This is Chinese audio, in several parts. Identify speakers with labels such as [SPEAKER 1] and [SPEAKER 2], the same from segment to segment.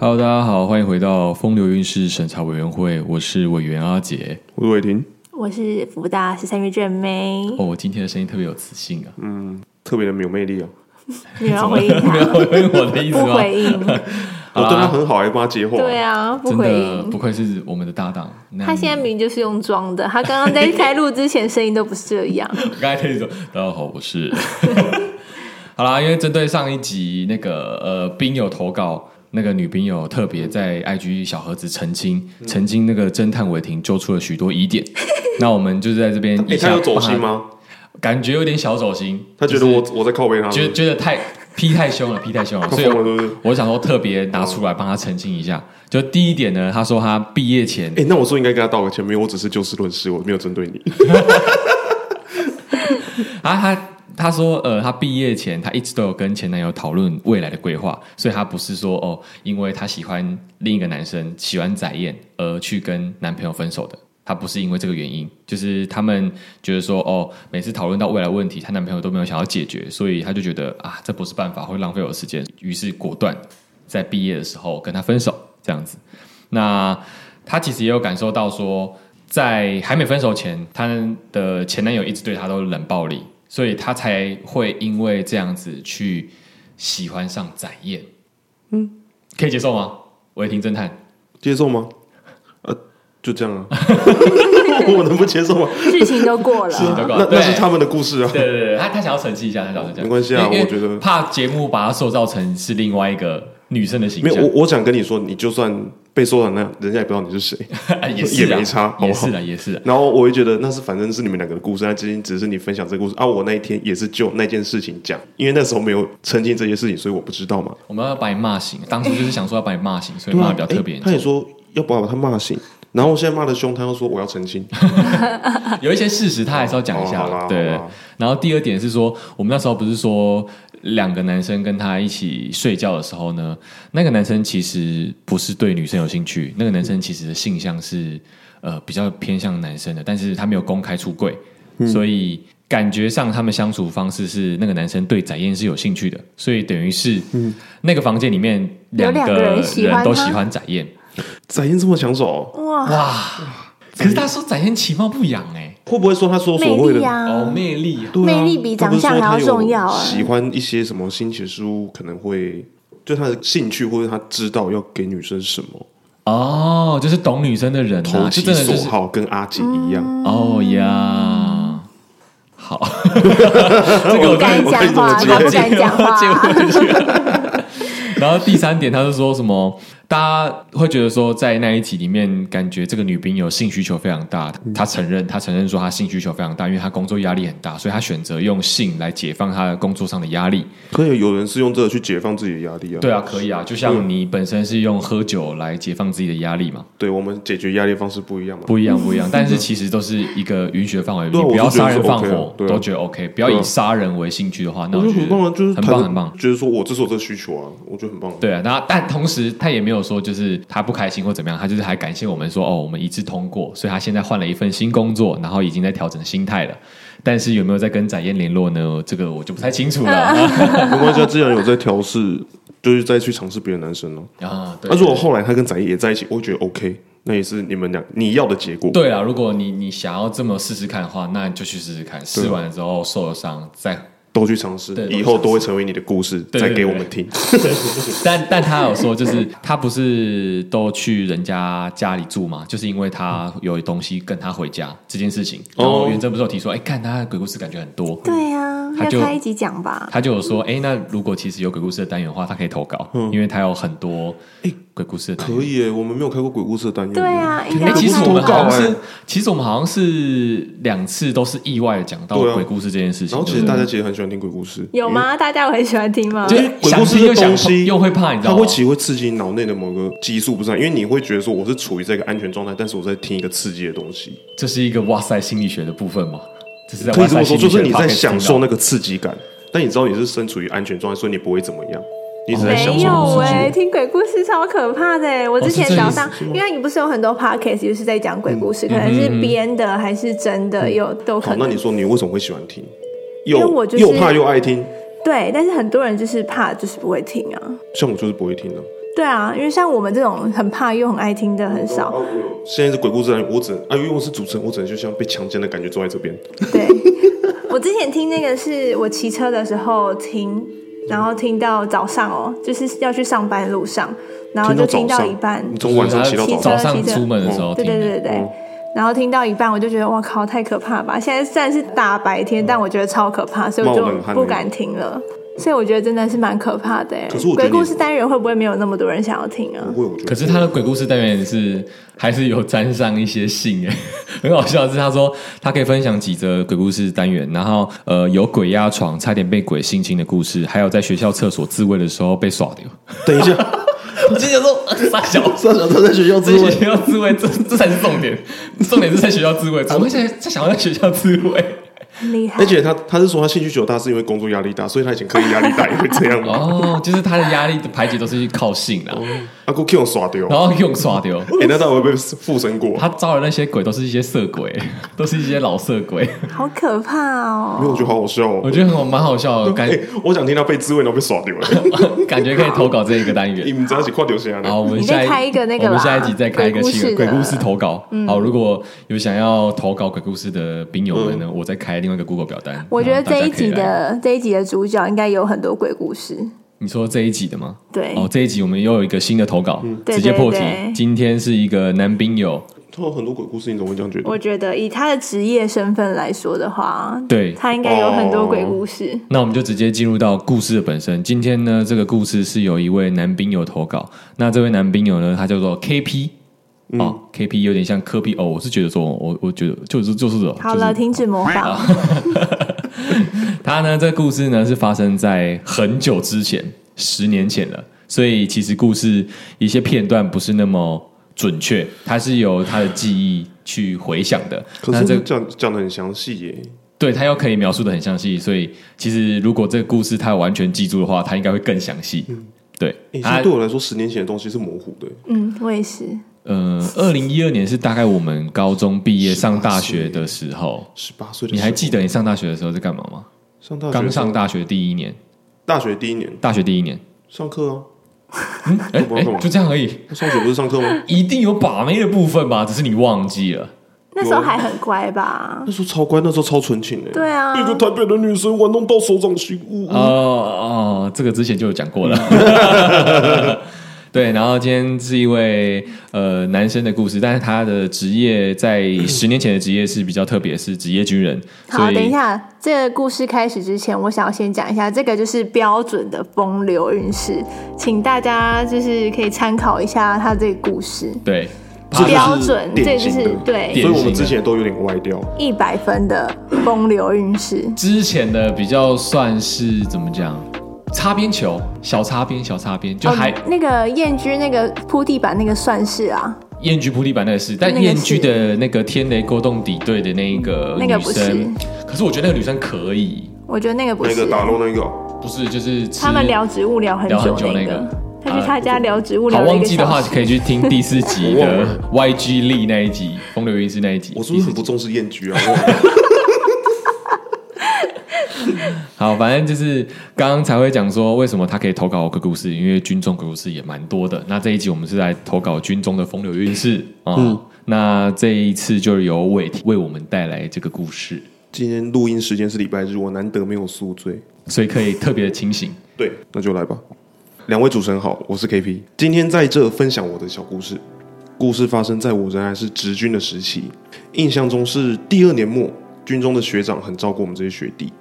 [SPEAKER 1] Hello，大家好，欢迎回到风流韵事审查委员会，我是委员阿杰。
[SPEAKER 2] 我是伟霆，
[SPEAKER 3] 我是福大十三月正妹，
[SPEAKER 1] 哦，我今天的声音特别有磁性啊，
[SPEAKER 3] 嗯
[SPEAKER 2] 特别的没有魅力哦。
[SPEAKER 3] 你要回应
[SPEAKER 1] 没有
[SPEAKER 3] 他，
[SPEAKER 1] 回应我的意思
[SPEAKER 3] 不
[SPEAKER 1] 吗？
[SPEAKER 3] 回应，
[SPEAKER 2] 我对他很好，还帮他接话。
[SPEAKER 3] 对啊，不
[SPEAKER 1] 真
[SPEAKER 3] 回
[SPEAKER 1] 的
[SPEAKER 3] 应
[SPEAKER 2] 嗯
[SPEAKER 1] 不。愧是我们的搭档。 那
[SPEAKER 3] 他现在明明就是用装的，他刚刚在开录之前声音都不是这样。
[SPEAKER 1] 我刚才听你说，大家好，我是。 好啦，因为针对上一集那个呃兵友投稿，那个女兵友特别在 IG 小盒子澄清，
[SPEAKER 2] 嗯
[SPEAKER 1] 澄清那个侦探伟霆揪出了许多疑 点。那我们就是在这边
[SPEAKER 2] 诶，
[SPEAKER 1] 以
[SPEAKER 2] 他
[SPEAKER 1] 下
[SPEAKER 2] 有走心
[SPEAKER 1] 帮
[SPEAKER 2] 吗？
[SPEAKER 1] 他？感觉有点小走心，
[SPEAKER 2] 他觉得
[SPEAKER 1] 就是
[SPEAKER 2] 我我在靠背他，
[SPEAKER 1] 觉得觉得太批太凶了，批太 凶了，
[SPEAKER 2] 他
[SPEAKER 1] 所
[SPEAKER 2] 疯
[SPEAKER 1] 以
[SPEAKER 2] 了是不是？
[SPEAKER 1] 我想说特别拿出来帮他澄清一下。就第一点呢，他说他毕业前
[SPEAKER 2] 哎，那我是不是应该跟他道个歉，没有，我只是就事论事，我没有针对你。
[SPEAKER 1] 啊，他他说，呃，他毕业前他一直都有跟前男友讨论未来的规划，所以他不是说哦，因为他喜欢另一个男生，喜欢展燕而去跟男朋友分手的。他不是因为这个原因，就是他们觉得说，哦，每次讨论到未来问题，她男朋友都没有想要解决，所以他就觉得啊，这不是办法，会浪费我的时间，于是果断在毕业的时候跟他分手，这样子。那她其实也有感受到说，在还没分手前，她的前男友一直对她都冷暴力，所以她才会因为这样子去喜欢上展燕。嗯，可以接受吗？我也听侦探，
[SPEAKER 2] 接受吗？呃，就这样 啊，我能不接受吗？
[SPEAKER 3] 事情都过了，
[SPEAKER 1] 你都搞
[SPEAKER 2] 那
[SPEAKER 1] 对
[SPEAKER 2] 那是他们的故事啊。
[SPEAKER 1] 对对对，他他想要澄清一下，他想要澄清一下，
[SPEAKER 2] 没关系啊
[SPEAKER 1] 因为
[SPEAKER 2] 我觉得
[SPEAKER 1] 怕节目把他塑造成是另外一个女生的形
[SPEAKER 2] 没有，
[SPEAKER 1] 象，
[SPEAKER 2] 我我想跟你说，你就算被说成那样，人家也不知道你是 谁。
[SPEAKER 1] 啊也是啊
[SPEAKER 2] 也没差好不好
[SPEAKER 1] 也是的，也是啊
[SPEAKER 2] 然后我会觉得那是反正是你们两个的故事，那仅仅只是你分享这个故事啊。我那一天也是就那件事情讲，因为那时候没有澄清这些事情，所以我不知道嘛。
[SPEAKER 1] 我们要把你骂醒，当初就是想说要把你骂醒，
[SPEAKER 2] 啊
[SPEAKER 1] 所以骂的比较特别
[SPEAKER 2] 诶
[SPEAKER 1] 一
[SPEAKER 2] 哎他
[SPEAKER 1] 点。
[SPEAKER 2] 也说要把他骂醒，然后现在骂的凶，他又说我要澄清。
[SPEAKER 1] 有一些事实他还是要讲一下
[SPEAKER 2] 哦好啦
[SPEAKER 1] 啦，对
[SPEAKER 2] 好啦。
[SPEAKER 1] 然后第二点是说，我们那时候不是说两个男生跟他一起睡觉的时候呢，那个男生其实不是对女生有兴趣，那个男生其实的性向是呃比较偏向男生的，但是他没有公开出柜，
[SPEAKER 2] 嗯
[SPEAKER 1] 所以感觉上他们相处方式是那个男生对展燕是有兴趣的，所以等于是
[SPEAKER 2] 嗯
[SPEAKER 1] 那个房间里面
[SPEAKER 3] 有
[SPEAKER 1] 两
[SPEAKER 3] 两
[SPEAKER 1] 个
[SPEAKER 3] 个人喜欢
[SPEAKER 1] 人都
[SPEAKER 3] 他
[SPEAKER 1] 喜欢展燕，
[SPEAKER 2] 展燕这么抢手哦、
[SPEAKER 3] 哇，
[SPEAKER 1] 哇！可是他说展燕其貌不扬哎、
[SPEAKER 2] 会不会说他所所
[SPEAKER 3] 魅
[SPEAKER 2] 谓
[SPEAKER 3] 力
[SPEAKER 2] 的？
[SPEAKER 3] 啊，
[SPEAKER 1] 哦，魅力啊！
[SPEAKER 2] 对啊
[SPEAKER 3] 魅力比长相还要重要啊
[SPEAKER 2] 他不是说他有喜欢一些什么新奇事物，可能会对他的兴趣或者他知道要给女生什么，
[SPEAKER 1] 哦，就是懂女生的人、啊，
[SPEAKER 2] 投
[SPEAKER 1] 就
[SPEAKER 2] 其
[SPEAKER 1] 真的就
[SPEAKER 2] 所
[SPEAKER 1] 是
[SPEAKER 2] 好，跟阿姐一样。
[SPEAKER 3] 嗯
[SPEAKER 1] 哦呀， 好，这个我
[SPEAKER 3] 不敢
[SPEAKER 2] 我
[SPEAKER 3] 讲
[SPEAKER 2] 可以这么
[SPEAKER 3] 话，
[SPEAKER 2] 接
[SPEAKER 3] 他不敢讲话，
[SPEAKER 1] 然后第三点，他是说什么？大家会觉得说，在那一集里面，感觉这个女兵有性需求非常大。
[SPEAKER 3] 嗯
[SPEAKER 1] 她承认，她承认说她性需求非常大，因为她工作压力很大，所以她选择用性来解放她的工作上的压力。
[SPEAKER 2] 可以有人是用这个去解放自己的压力啊。
[SPEAKER 1] 对啊，可以啊，就
[SPEAKER 3] 嗯
[SPEAKER 1] 像你本身是用喝酒来解放自己的压力嘛，
[SPEAKER 2] 对我们解决压力方式不一样嘛。
[SPEAKER 1] 不一样，不一 样。但是其实都是一个允许的范围，你
[SPEAKER 2] 对啊
[SPEAKER 1] 不要
[SPEAKER 2] 我就
[SPEAKER 1] 杀
[SPEAKER 2] 觉得是
[SPEAKER 1] 人放
[SPEAKER 2] OK 啊
[SPEAKER 1] 火，
[SPEAKER 2] 对啊
[SPEAKER 1] 都觉得 OK。不要
[SPEAKER 2] 对
[SPEAKER 1] 以
[SPEAKER 2] 啊
[SPEAKER 1] 杀人为兴趣的话，那
[SPEAKER 2] 我
[SPEAKER 1] 我
[SPEAKER 2] 觉得
[SPEAKER 1] 觉
[SPEAKER 2] 很
[SPEAKER 1] 得
[SPEAKER 2] 棒啊，就
[SPEAKER 1] 很
[SPEAKER 2] 是谈
[SPEAKER 1] 棒，
[SPEAKER 2] 论
[SPEAKER 1] 很棒。
[SPEAKER 2] 就是说我这是我这个需求啊，我觉得很棒啊。
[SPEAKER 1] 对啊，那但同时他也没有说就是他不开心或怎么样，他就是 还感谢我们说哦，我们一致通过，所以他现在换了一份新工作，然后已经在调整心态了。但是有没有在跟展燕联络呢？这个我就不太清楚 了。
[SPEAKER 2] 没关系，他之前有在调试，就是再去尝试别的男生了、
[SPEAKER 1] 啊，对
[SPEAKER 2] 那、如果后来他跟展翼也在一起，我会觉得 OK，那也是你们俩你要的结果。
[SPEAKER 1] 对啊，如果你你想要这么试试看的话，那就去试试
[SPEAKER 2] 啊
[SPEAKER 1] 看，试完了之后受了伤再
[SPEAKER 2] 都去尝试
[SPEAKER 1] 对，
[SPEAKER 2] 以后
[SPEAKER 1] 都
[SPEAKER 2] 都
[SPEAKER 1] 去尝试
[SPEAKER 2] 会成为你的故事，
[SPEAKER 1] 对
[SPEAKER 2] 再给我们听。
[SPEAKER 1] 但但他有说，就是他不是都去人家家里住嘛， 就是因为他有东西跟他回家这件事情。然后
[SPEAKER 2] 哦
[SPEAKER 1] 元真不是有提说，哎、看他的鬼故事感觉很多，
[SPEAKER 3] 对呀，
[SPEAKER 1] 他
[SPEAKER 3] 要
[SPEAKER 1] 就
[SPEAKER 3] 开一集讲吧。
[SPEAKER 1] 他就有说，哎、那如果其实有鬼故事的单元的话，他可以投稿，
[SPEAKER 2] 嗯
[SPEAKER 1] 因为他有很多
[SPEAKER 2] 哎
[SPEAKER 1] 鬼故事的单元。
[SPEAKER 2] 可以耶，我们没有开过鬼故事的单元。
[SPEAKER 3] 对啊
[SPEAKER 2] 听
[SPEAKER 3] 应该
[SPEAKER 1] 哎、
[SPEAKER 2] 鬼故
[SPEAKER 3] 要
[SPEAKER 1] 其
[SPEAKER 2] 事
[SPEAKER 1] 实我
[SPEAKER 2] 投
[SPEAKER 1] 们
[SPEAKER 2] 稿
[SPEAKER 1] 好像
[SPEAKER 2] 哎，
[SPEAKER 1] 是，其实我们好像是两次都是意外的讲到
[SPEAKER 2] 对啊
[SPEAKER 1] 鬼故事这件事情。
[SPEAKER 2] 然后其
[SPEAKER 1] 对
[SPEAKER 2] 实
[SPEAKER 1] 不对
[SPEAKER 2] 大家其实很喜欢听鬼故事，
[SPEAKER 3] 有吗？大家有很喜欢听吗
[SPEAKER 2] 因？为？
[SPEAKER 1] 就
[SPEAKER 2] 鬼故事
[SPEAKER 1] 想听又
[SPEAKER 2] 这
[SPEAKER 1] 想
[SPEAKER 2] 东西
[SPEAKER 1] 又会怕你知道
[SPEAKER 2] 它
[SPEAKER 1] 吗
[SPEAKER 2] 会其实会刺激脑内的某个激素，不是啊？因为你会觉得说我是处于这个安全状态，但是我在听一个刺激的东西，
[SPEAKER 1] 这是一个哇塞心理学的部分嘛？这是在
[SPEAKER 2] 可
[SPEAKER 1] 哇
[SPEAKER 2] 以这
[SPEAKER 1] 塞
[SPEAKER 2] 么
[SPEAKER 1] 心理学
[SPEAKER 2] 说，就
[SPEAKER 1] 的
[SPEAKER 2] 是你在
[SPEAKER 1] podcast
[SPEAKER 2] 享
[SPEAKER 1] 听到
[SPEAKER 2] 受那个刺激感，但你知道你是身处于安全状态，所以你不会怎么样，你
[SPEAKER 1] 哦
[SPEAKER 2] 只在享
[SPEAKER 3] 没
[SPEAKER 2] 受那个
[SPEAKER 3] 有
[SPEAKER 2] 刺激。
[SPEAKER 3] 哎、听鬼故事超可怕的、欸。
[SPEAKER 2] 哦
[SPEAKER 3] 我之前
[SPEAKER 1] 是这
[SPEAKER 3] 早
[SPEAKER 1] 样
[SPEAKER 3] 上，因为你不是有很多 podcast 就是在讲鬼故事，
[SPEAKER 2] 嗯
[SPEAKER 3] 可能是编的还是真的，有都可
[SPEAKER 2] 哦好，那
[SPEAKER 3] 能
[SPEAKER 2] 你。说你为什么会喜欢听？
[SPEAKER 3] 为
[SPEAKER 2] 又
[SPEAKER 3] 我就是
[SPEAKER 2] 又怕又爱听，
[SPEAKER 3] 对，但是很多人就是怕，就是不会听啊。
[SPEAKER 2] 像我就是不会听的、
[SPEAKER 3] 对啊，因为像我们这种很怕又很爱听的很少。
[SPEAKER 2] 哦现在是鬼故事，我只能啊，因为我是主持人，我只能就像被强奸的感觉坐在这边。
[SPEAKER 3] 对，我之前听那个是我骑车的时候听，然后听到早上哦，就是要去上班路上，然后就听
[SPEAKER 2] 听到早
[SPEAKER 3] 到
[SPEAKER 2] 上
[SPEAKER 3] 一半，
[SPEAKER 2] 你从晚上骑到
[SPEAKER 3] 骑
[SPEAKER 2] 早
[SPEAKER 3] 车
[SPEAKER 1] 早
[SPEAKER 2] 上，
[SPEAKER 1] 上出门的时候
[SPEAKER 3] 对
[SPEAKER 1] 听
[SPEAKER 3] 对
[SPEAKER 1] 的，
[SPEAKER 3] 对对对。
[SPEAKER 2] 哦
[SPEAKER 3] 然后听到一半，我就觉得哇靠，太可怕了吧！现在虽然是大白天，但我觉得超可怕，所以我
[SPEAKER 2] 冒冷
[SPEAKER 3] 就
[SPEAKER 2] 汗
[SPEAKER 3] 不
[SPEAKER 2] 那
[SPEAKER 3] 敢听了。所以我觉得真的是蛮可怕的欸。
[SPEAKER 2] 可是我觉得
[SPEAKER 3] 鬼
[SPEAKER 2] 你
[SPEAKER 3] 故事单元会不会没有那么多人想要听啊
[SPEAKER 2] 不？会，我觉得
[SPEAKER 1] 可是他的鬼故事单元是还是有沾上一些性诶， 很好笑的是他说他可以分享几则鬼故事单元，然后呃有鬼压床差点被鬼性侵的故事，还有在学校厕所自慰的时候被耍掉。
[SPEAKER 2] 等一下，
[SPEAKER 1] 我就想说傻小子，
[SPEAKER 2] 上小他在学校自
[SPEAKER 1] 在
[SPEAKER 2] 慰，
[SPEAKER 1] 学校 自慰，这这才是重点，重点是在学校自慰，怎么会在在想要在学校自慰？
[SPEAKER 3] 很厉害
[SPEAKER 2] 而，且他他是说他兴趣酒大是因为工作压力大，所以他以前课业压力大也会这样嘛。
[SPEAKER 1] 哦，就是他的压力的排解都是靠性啦，
[SPEAKER 2] 阿姑 Q 耍丢，
[SPEAKER 1] 然后用耍掉。
[SPEAKER 2] 哎，那他会被附身过？
[SPEAKER 1] 他招的那些鬼都是一些色鬼，都是一些老色鬼，
[SPEAKER 3] 好可怕
[SPEAKER 2] 没有，
[SPEAKER 3] 哦！
[SPEAKER 2] 我觉得好好笑
[SPEAKER 1] 我
[SPEAKER 2] 哦。
[SPEAKER 1] 觉得很蛮好笑的，感
[SPEAKER 2] 哎，我想听到被自慰然后被 耍丢，
[SPEAKER 1] 感觉可以投稿这一个单
[SPEAKER 2] 你
[SPEAKER 1] 元。
[SPEAKER 2] 们在一起快丢下
[SPEAKER 1] 好，
[SPEAKER 2] 来。
[SPEAKER 1] 我们
[SPEAKER 3] 你
[SPEAKER 1] 下
[SPEAKER 3] 再开一个那个
[SPEAKER 1] 我们
[SPEAKER 3] 吧
[SPEAKER 1] 下一集再开一个
[SPEAKER 3] 鬼故
[SPEAKER 1] 新的
[SPEAKER 3] 事
[SPEAKER 1] 鬼故
[SPEAKER 3] 的嗯
[SPEAKER 1] 事投稿。好，如果有想要投稿鬼故事的兵友们呢，我再开另外一个 Google 表单。
[SPEAKER 3] 我觉得
[SPEAKER 1] 然后大
[SPEAKER 3] 这
[SPEAKER 1] 家
[SPEAKER 3] 一
[SPEAKER 1] 可以
[SPEAKER 3] 集
[SPEAKER 1] 来
[SPEAKER 3] 的这一集的主角应该有很多鬼故事。
[SPEAKER 1] 你说这一集的吗？
[SPEAKER 3] 对
[SPEAKER 1] 哦，这一集我们又有一个新的投稿，
[SPEAKER 3] 对
[SPEAKER 1] 直接破题
[SPEAKER 3] 对对。
[SPEAKER 1] 今天是一个男兵友，
[SPEAKER 2] 他有很多鬼故事，你怎么会这样觉得？
[SPEAKER 3] 我觉得以他的职业身份来说的话，
[SPEAKER 1] 对哦
[SPEAKER 3] 他应该有很多鬼故事。
[SPEAKER 1] 那我们就直接进入到故事的本身。今天呢，这个故事是有一位男兵友投稿，那这位男兵友呢，他叫做 KP。哦，KP 有点像科比哦，我是觉得说，我我觉得就是就是的，
[SPEAKER 3] 好
[SPEAKER 1] 就是
[SPEAKER 3] 了，停止模仿。
[SPEAKER 1] 他呢，这个故事呢是发生在很久之前，十年前了，所以其实故事一些片段不是那么准确，它是由他的记忆去回想的。
[SPEAKER 2] 可
[SPEAKER 1] 那
[SPEAKER 2] 是
[SPEAKER 1] 这
[SPEAKER 2] 你讲讲的很详细耶，
[SPEAKER 1] 对他又可以描述的很详细，所以其实如果这个故事他有完全记住的话，他应该会更详细。嗯对，
[SPEAKER 2] 哎，
[SPEAKER 1] 他
[SPEAKER 2] 这对我来说，十年前的东西是模糊的。
[SPEAKER 3] 嗯，我也是。
[SPEAKER 1] 呃，二零一二年是大概我们高中毕业上大学的时候，
[SPEAKER 2] 十八岁的时候，
[SPEAKER 1] 你还记得你上大学的时候在干嘛吗？
[SPEAKER 2] 上大学
[SPEAKER 1] 刚
[SPEAKER 2] 的时候
[SPEAKER 1] 上大学第一年，
[SPEAKER 2] 大学第一年
[SPEAKER 1] 大学第一 年，
[SPEAKER 2] 上课啊？
[SPEAKER 1] 哎、
[SPEAKER 2] 干嘛
[SPEAKER 1] 哎
[SPEAKER 2] 干嘛
[SPEAKER 1] 就这样而已，
[SPEAKER 2] 上学不是上 课吗？
[SPEAKER 1] 一定有把妹的部分吧，只是你忘记了。
[SPEAKER 3] 那时候还很乖吧？
[SPEAKER 2] 那时候超乖，那时候超纯情的。
[SPEAKER 3] 对啊
[SPEAKER 2] 被一个台北的女生玩弄到手掌心，呜、
[SPEAKER 1] 哦
[SPEAKER 3] 嗯
[SPEAKER 1] 哦，这个之前就有讲过了。 对，然后今天是一位呃男生的故事，但是他的职业在十年前的职业是比较特别，是职业军人。
[SPEAKER 3] 好，
[SPEAKER 1] 所以
[SPEAKER 3] 等一下，这个故事开始之前，我想要先讲一下，这个就是标准的风流韵事，请大家就是可以参考一下他这个故事。
[SPEAKER 1] 对，
[SPEAKER 2] 这就是
[SPEAKER 3] 标准，这
[SPEAKER 2] 典
[SPEAKER 3] 就
[SPEAKER 2] 型的
[SPEAKER 3] 是对
[SPEAKER 1] 典
[SPEAKER 2] 所以我们之前都有点歪掉。
[SPEAKER 3] 一百分的风流韵事。
[SPEAKER 1] 之前的比较算是怎么讲，擦边球，小擦边，小擦边，就还
[SPEAKER 3] 哦、那个燕居那个铺地板那个算是啊，
[SPEAKER 1] 燕居铺地板那个是，但
[SPEAKER 3] 那个
[SPEAKER 1] 燕居
[SPEAKER 3] 是
[SPEAKER 1] 的那个天雷勾动底队的那一个
[SPEAKER 3] 那
[SPEAKER 1] 女
[SPEAKER 3] 个不是
[SPEAKER 1] 生，可是我觉得那个女生可以，
[SPEAKER 3] 我觉得那个不
[SPEAKER 2] 那
[SPEAKER 3] 是
[SPEAKER 2] 个。打漏那个，
[SPEAKER 1] 不是就是吃
[SPEAKER 3] 他们聊植物聊很
[SPEAKER 1] 聊很久
[SPEAKER 3] 那
[SPEAKER 1] 那个
[SPEAKER 3] 他去他家聊植物
[SPEAKER 1] 好
[SPEAKER 3] 聊了一
[SPEAKER 1] 忘
[SPEAKER 3] 个
[SPEAKER 1] 记的
[SPEAKER 3] 小
[SPEAKER 1] 话，
[SPEAKER 3] 时。
[SPEAKER 1] 可以去听第四集
[SPEAKER 2] 我忘
[SPEAKER 1] 的
[SPEAKER 2] 了
[SPEAKER 1] YG 力那一集《风流韵事》那一集。
[SPEAKER 2] 我是不是很不 重视艳居啊？我
[SPEAKER 1] 好，反正就是刚刚才会讲说，为什么他可以投稿鬼故事，因为军中鬼故事也蛮多的。那这一集我们是来投稿军中的风流韵事啊。
[SPEAKER 2] 嗯
[SPEAKER 1] 那这一次就由伟霆为我们带来这个故事，
[SPEAKER 2] 今天录音时间是礼拜日，我难得没有宿醉。
[SPEAKER 1] 所以可以特别的清醒。
[SPEAKER 2] 对，那就来吧。两位主持人好，我是 KP，今天在这分享我的小故事。故事发生在我仍然是职军的时期，印象中是第二年末，军中的学长很照顾我们这些学弟。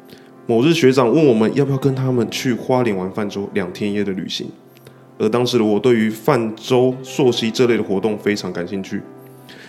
[SPEAKER 2] 某日学长问我们要不要跟他们去花莲玩泛舟两天一夜的旅行，而当时的我对于泛舟、溯溪这类的活动非常感兴趣，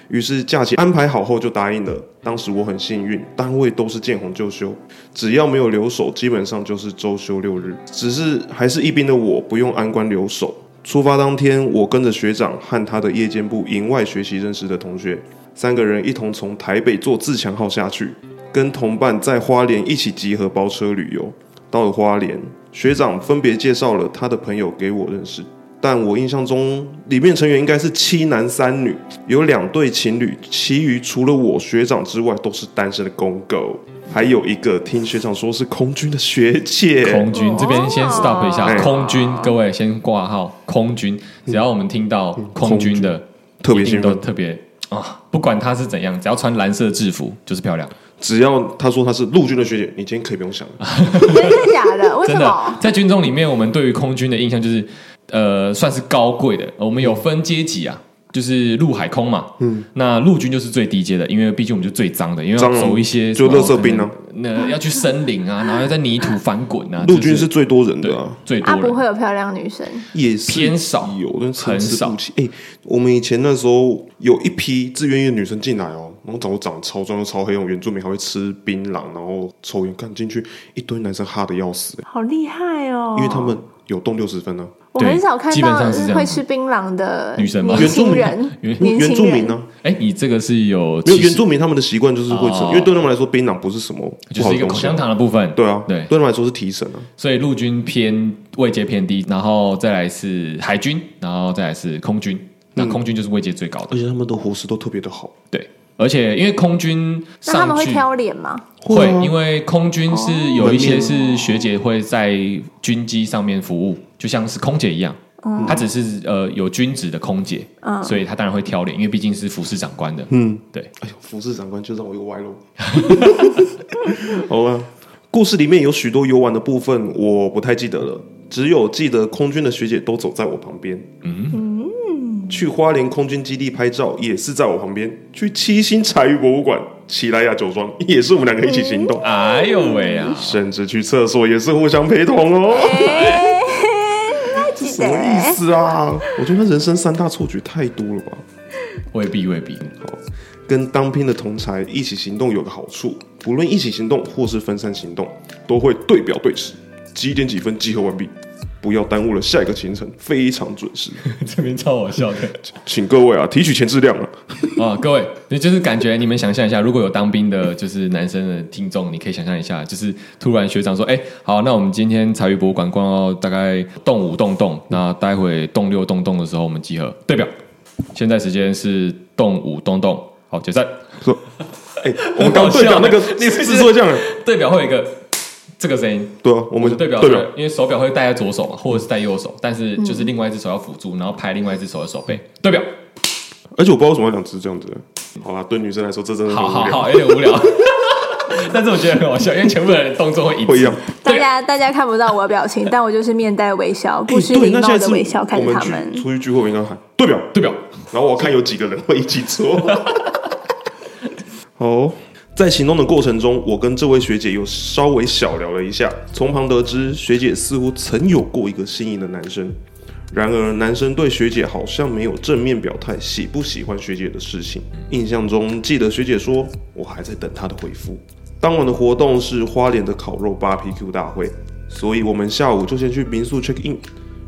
[SPEAKER 2] 于是假期安排好后就答应了。当时我很幸运，单位都是见红就休，只要没有留守，基本上就是周休六日。只是还是一兵的我，不用安官留守。出发当天，我跟着学长和他的夜间部营外学习认识的同学，三个人一同从台北坐自强号下去，跟同伴在花莲一起集合包车旅游。到了花莲，学长分别介绍了他的朋友给我认识。但我印象中里面成员应该是七男三女，有两对情侣，其余除了我学长之外都是单身的公狗，还有一个听学长说是空军的学姐，
[SPEAKER 1] 空军
[SPEAKER 3] 哦
[SPEAKER 1] 这边先 stop 一下
[SPEAKER 2] 哎，
[SPEAKER 1] 空军各位先挂号，空军只要我们听到空军的，
[SPEAKER 2] 嗯特别
[SPEAKER 1] 一定
[SPEAKER 2] 兴
[SPEAKER 1] 都
[SPEAKER 2] 奋。
[SPEAKER 1] 特别啊，不管她是怎样，只要穿蓝色制服就是漂亮，
[SPEAKER 2] 只要他说他是陆军的学姐，你今天可以不用想了。
[SPEAKER 3] 真的假的？为什
[SPEAKER 1] 真的
[SPEAKER 3] 么？
[SPEAKER 1] 在军中里面，我们对于空军的印象就是呃，算是高贵的，我们有分阶级啊。就是陆海空嘛，嗯，那陆军就是最低阶的，因为毕竟我们就最脏的，因为要
[SPEAKER 2] 脏啊
[SPEAKER 1] 走一些
[SPEAKER 2] 就
[SPEAKER 1] 什么
[SPEAKER 2] 垃圾兵啊，
[SPEAKER 1] 可能那要去森林啊，然后要在泥土翻滚啊，
[SPEAKER 2] 陆军
[SPEAKER 1] 就是
[SPEAKER 2] 最多人
[SPEAKER 1] 对
[SPEAKER 2] 的、啊，
[SPEAKER 1] 最多
[SPEAKER 3] 啊，不
[SPEAKER 1] 人
[SPEAKER 3] 会有漂亮女生，
[SPEAKER 2] 也是
[SPEAKER 1] 偏少
[SPEAKER 2] 有，但参
[SPEAKER 1] 很
[SPEAKER 2] 差
[SPEAKER 1] 少
[SPEAKER 2] 不齐。哎、我们以前那时候有一批自愿役的女生进来哦，然后长得长得超壮又超黑，那种原住民还会吃槟榔，然后抽烟，看进去一堆男生哈的要死、
[SPEAKER 3] 好厉害哦！
[SPEAKER 2] 因为他们有动六十分啊呢、
[SPEAKER 3] 我很
[SPEAKER 1] 对
[SPEAKER 3] 少看
[SPEAKER 1] 基本
[SPEAKER 3] 到
[SPEAKER 1] 上是这样
[SPEAKER 3] 会吃槟榔的
[SPEAKER 1] 女生吗
[SPEAKER 3] 年轻人，
[SPEAKER 1] 原住
[SPEAKER 3] 年
[SPEAKER 2] 原住
[SPEAKER 3] 轻人
[SPEAKER 2] 民呢、
[SPEAKER 1] 哎、你这个是有
[SPEAKER 2] 没有
[SPEAKER 1] 歧视
[SPEAKER 2] 原住民他们的习惯就是会吃，
[SPEAKER 1] 哦
[SPEAKER 2] 因为对他们来说槟榔不是什么不
[SPEAKER 1] 就
[SPEAKER 2] 好
[SPEAKER 1] 是一
[SPEAKER 2] 的
[SPEAKER 1] 个
[SPEAKER 2] 东
[SPEAKER 1] 口
[SPEAKER 2] 西
[SPEAKER 1] 香
[SPEAKER 2] 啊。
[SPEAKER 1] 糖的部分。
[SPEAKER 2] 对啊，
[SPEAKER 1] 对
[SPEAKER 2] 对他们来说是提神啊。
[SPEAKER 1] 所以陆军偏位阶偏低，然后再来是海军，然后再来是空军。那空军就是位阶最高的，
[SPEAKER 2] 而且他们的伙食都特别的好，
[SPEAKER 1] 对。而且因为空军
[SPEAKER 3] 那他
[SPEAKER 1] 上
[SPEAKER 3] 们会
[SPEAKER 1] 去
[SPEAKER 3] 挑脸吗？
[SPEAKER 1] 会哦
[SPEAKER 2] 啊，
[SPEAKER 1] 因为空军是有一些是学姐会在军机上面服务，就像是空姐一样。
[SPEAKER 3] 哦
[SPEAKER 1] 她只是呃有军职的空姐，
[SPEAKER 3] 嗯
[SPEAKER 1] 所以她当然会挑脸，因为毕竟是服侍长官的。嗯，对，
[SPEAKER 2] 哎呦，服侍长官就让我又歪路。 好了，故事里面有许多游玩的部分，我不太记得了，只有记得空军的学姐都走在我旁边。嗯，去花莲空军基地拍照也是在我旁边，去七星茶艺博物馆、奇莱雅酒庄也是我们两个一起行动，
[SPEAKER 1] 哎呦喂啊！
[SPEAKER 2] 甚至去厕所也是互相陪同哦。
[SPEAKER 3] 哎，那记
[SPEAKER 2] 什么意
[SPEAKER 3] 得欸
[SPEAKER 2] 思啊？我觉得人生三大错觉太多了吧。
[SPEAKER 1] 未必未必，
[SPEAKER 2] 跟当兵的同才一起行动有个好处，不论一起行动或是分散行动，都会对表对时，几点几分集合完毕，不要耽误了下一个行程，非常准时。
[SPEAKER 1] 这边超好笑的。
[SPEAKER 2] 请各位啊，提取前质量啊，
[SPEAKER 1] 啊、各位，你就是感觉你们想象一下，如果有当兵的，就是男生的听众，你可以想象一下，就是突然学长说，哎、好，那我们今天茶余博物馆逛到哦大概动五动动，那待会动六动动的时候，我们集合对表。现在时间是动五动动，好，解散。
[SPEAKER 2] 说， 哎、我们刚对表那个
[SPEAKER 1] 很好笑
[SPEAKER 2] 那个制作这样，啊
[SPEAKER 1] 对表会有一个这个声音，
[SPEAKER 2] 对啊，我
[SPEAKER 1] 我
[SPEAKER 2] 们
[SPEAKER 1] 的对表
[SPEAKER 2] 对
[SPEAKER 1] 是
[SPEAKER 2] 表，
[SPEAKER 1] 因为手表会戴在左手嘛，或者是戴右手，但是就是另外一只手要辅助，然后拍另外一只手的手背。对表，
[SPEAKER 2] 而且我不知道为什么要两只这样子。好啦，对女生来说，这真的很
[SPEAKER 1] 好好
[SPEAKER 2] 无聊。
[SPEAKER 1] 好，有点无聊。 但是我觉得很好笑，因为全部人的动作会一
[SPEAKER 2] 会一
[SPEAKER 1] 致
[SPEAKER 2] 样。
[SPEAKER 3] 大家大家看不到我的表情， 但我就是面带微笑，
[SPEAKER 2] 哎
[SPEAKER 3] 不失
[SPEAKER 2] 对，
[SPEAKER 3] 礼
[SPEAKER 2] 那
[SPEAKER 3] 貌
[SPEAKER 2] 下
[SPEAKER 3] 的
[SPEAKER 2] 次
[SPEAKER 3] 微笑看
[SPEAKER 2] 我
[SPEAKER 3] 着
[SPEAKER 2] 们
[SPEAKER 3] 他
[SPEAKER 2] 去
[SPEAKER 3] 们。
[SPEAKER 2] 出去聚会，我应该喊对表，
[SPEAKER 1] 对表，
[SPEAKER 2] 然后我看有几个人会一起做。 哦，在行动的过程中，我跟这位学姐有稍微小聊了一下，从旁得知学姐似乎曾有过一个心仪的男生，然而男生对学姐好像没有正面表态喜不喜欢学姐的事情。印象中记得学姐说，我还在等她的回复。当晚的活动是花莲的烤肉 BBQ 大会，所以我们下午就先去民宿 check in，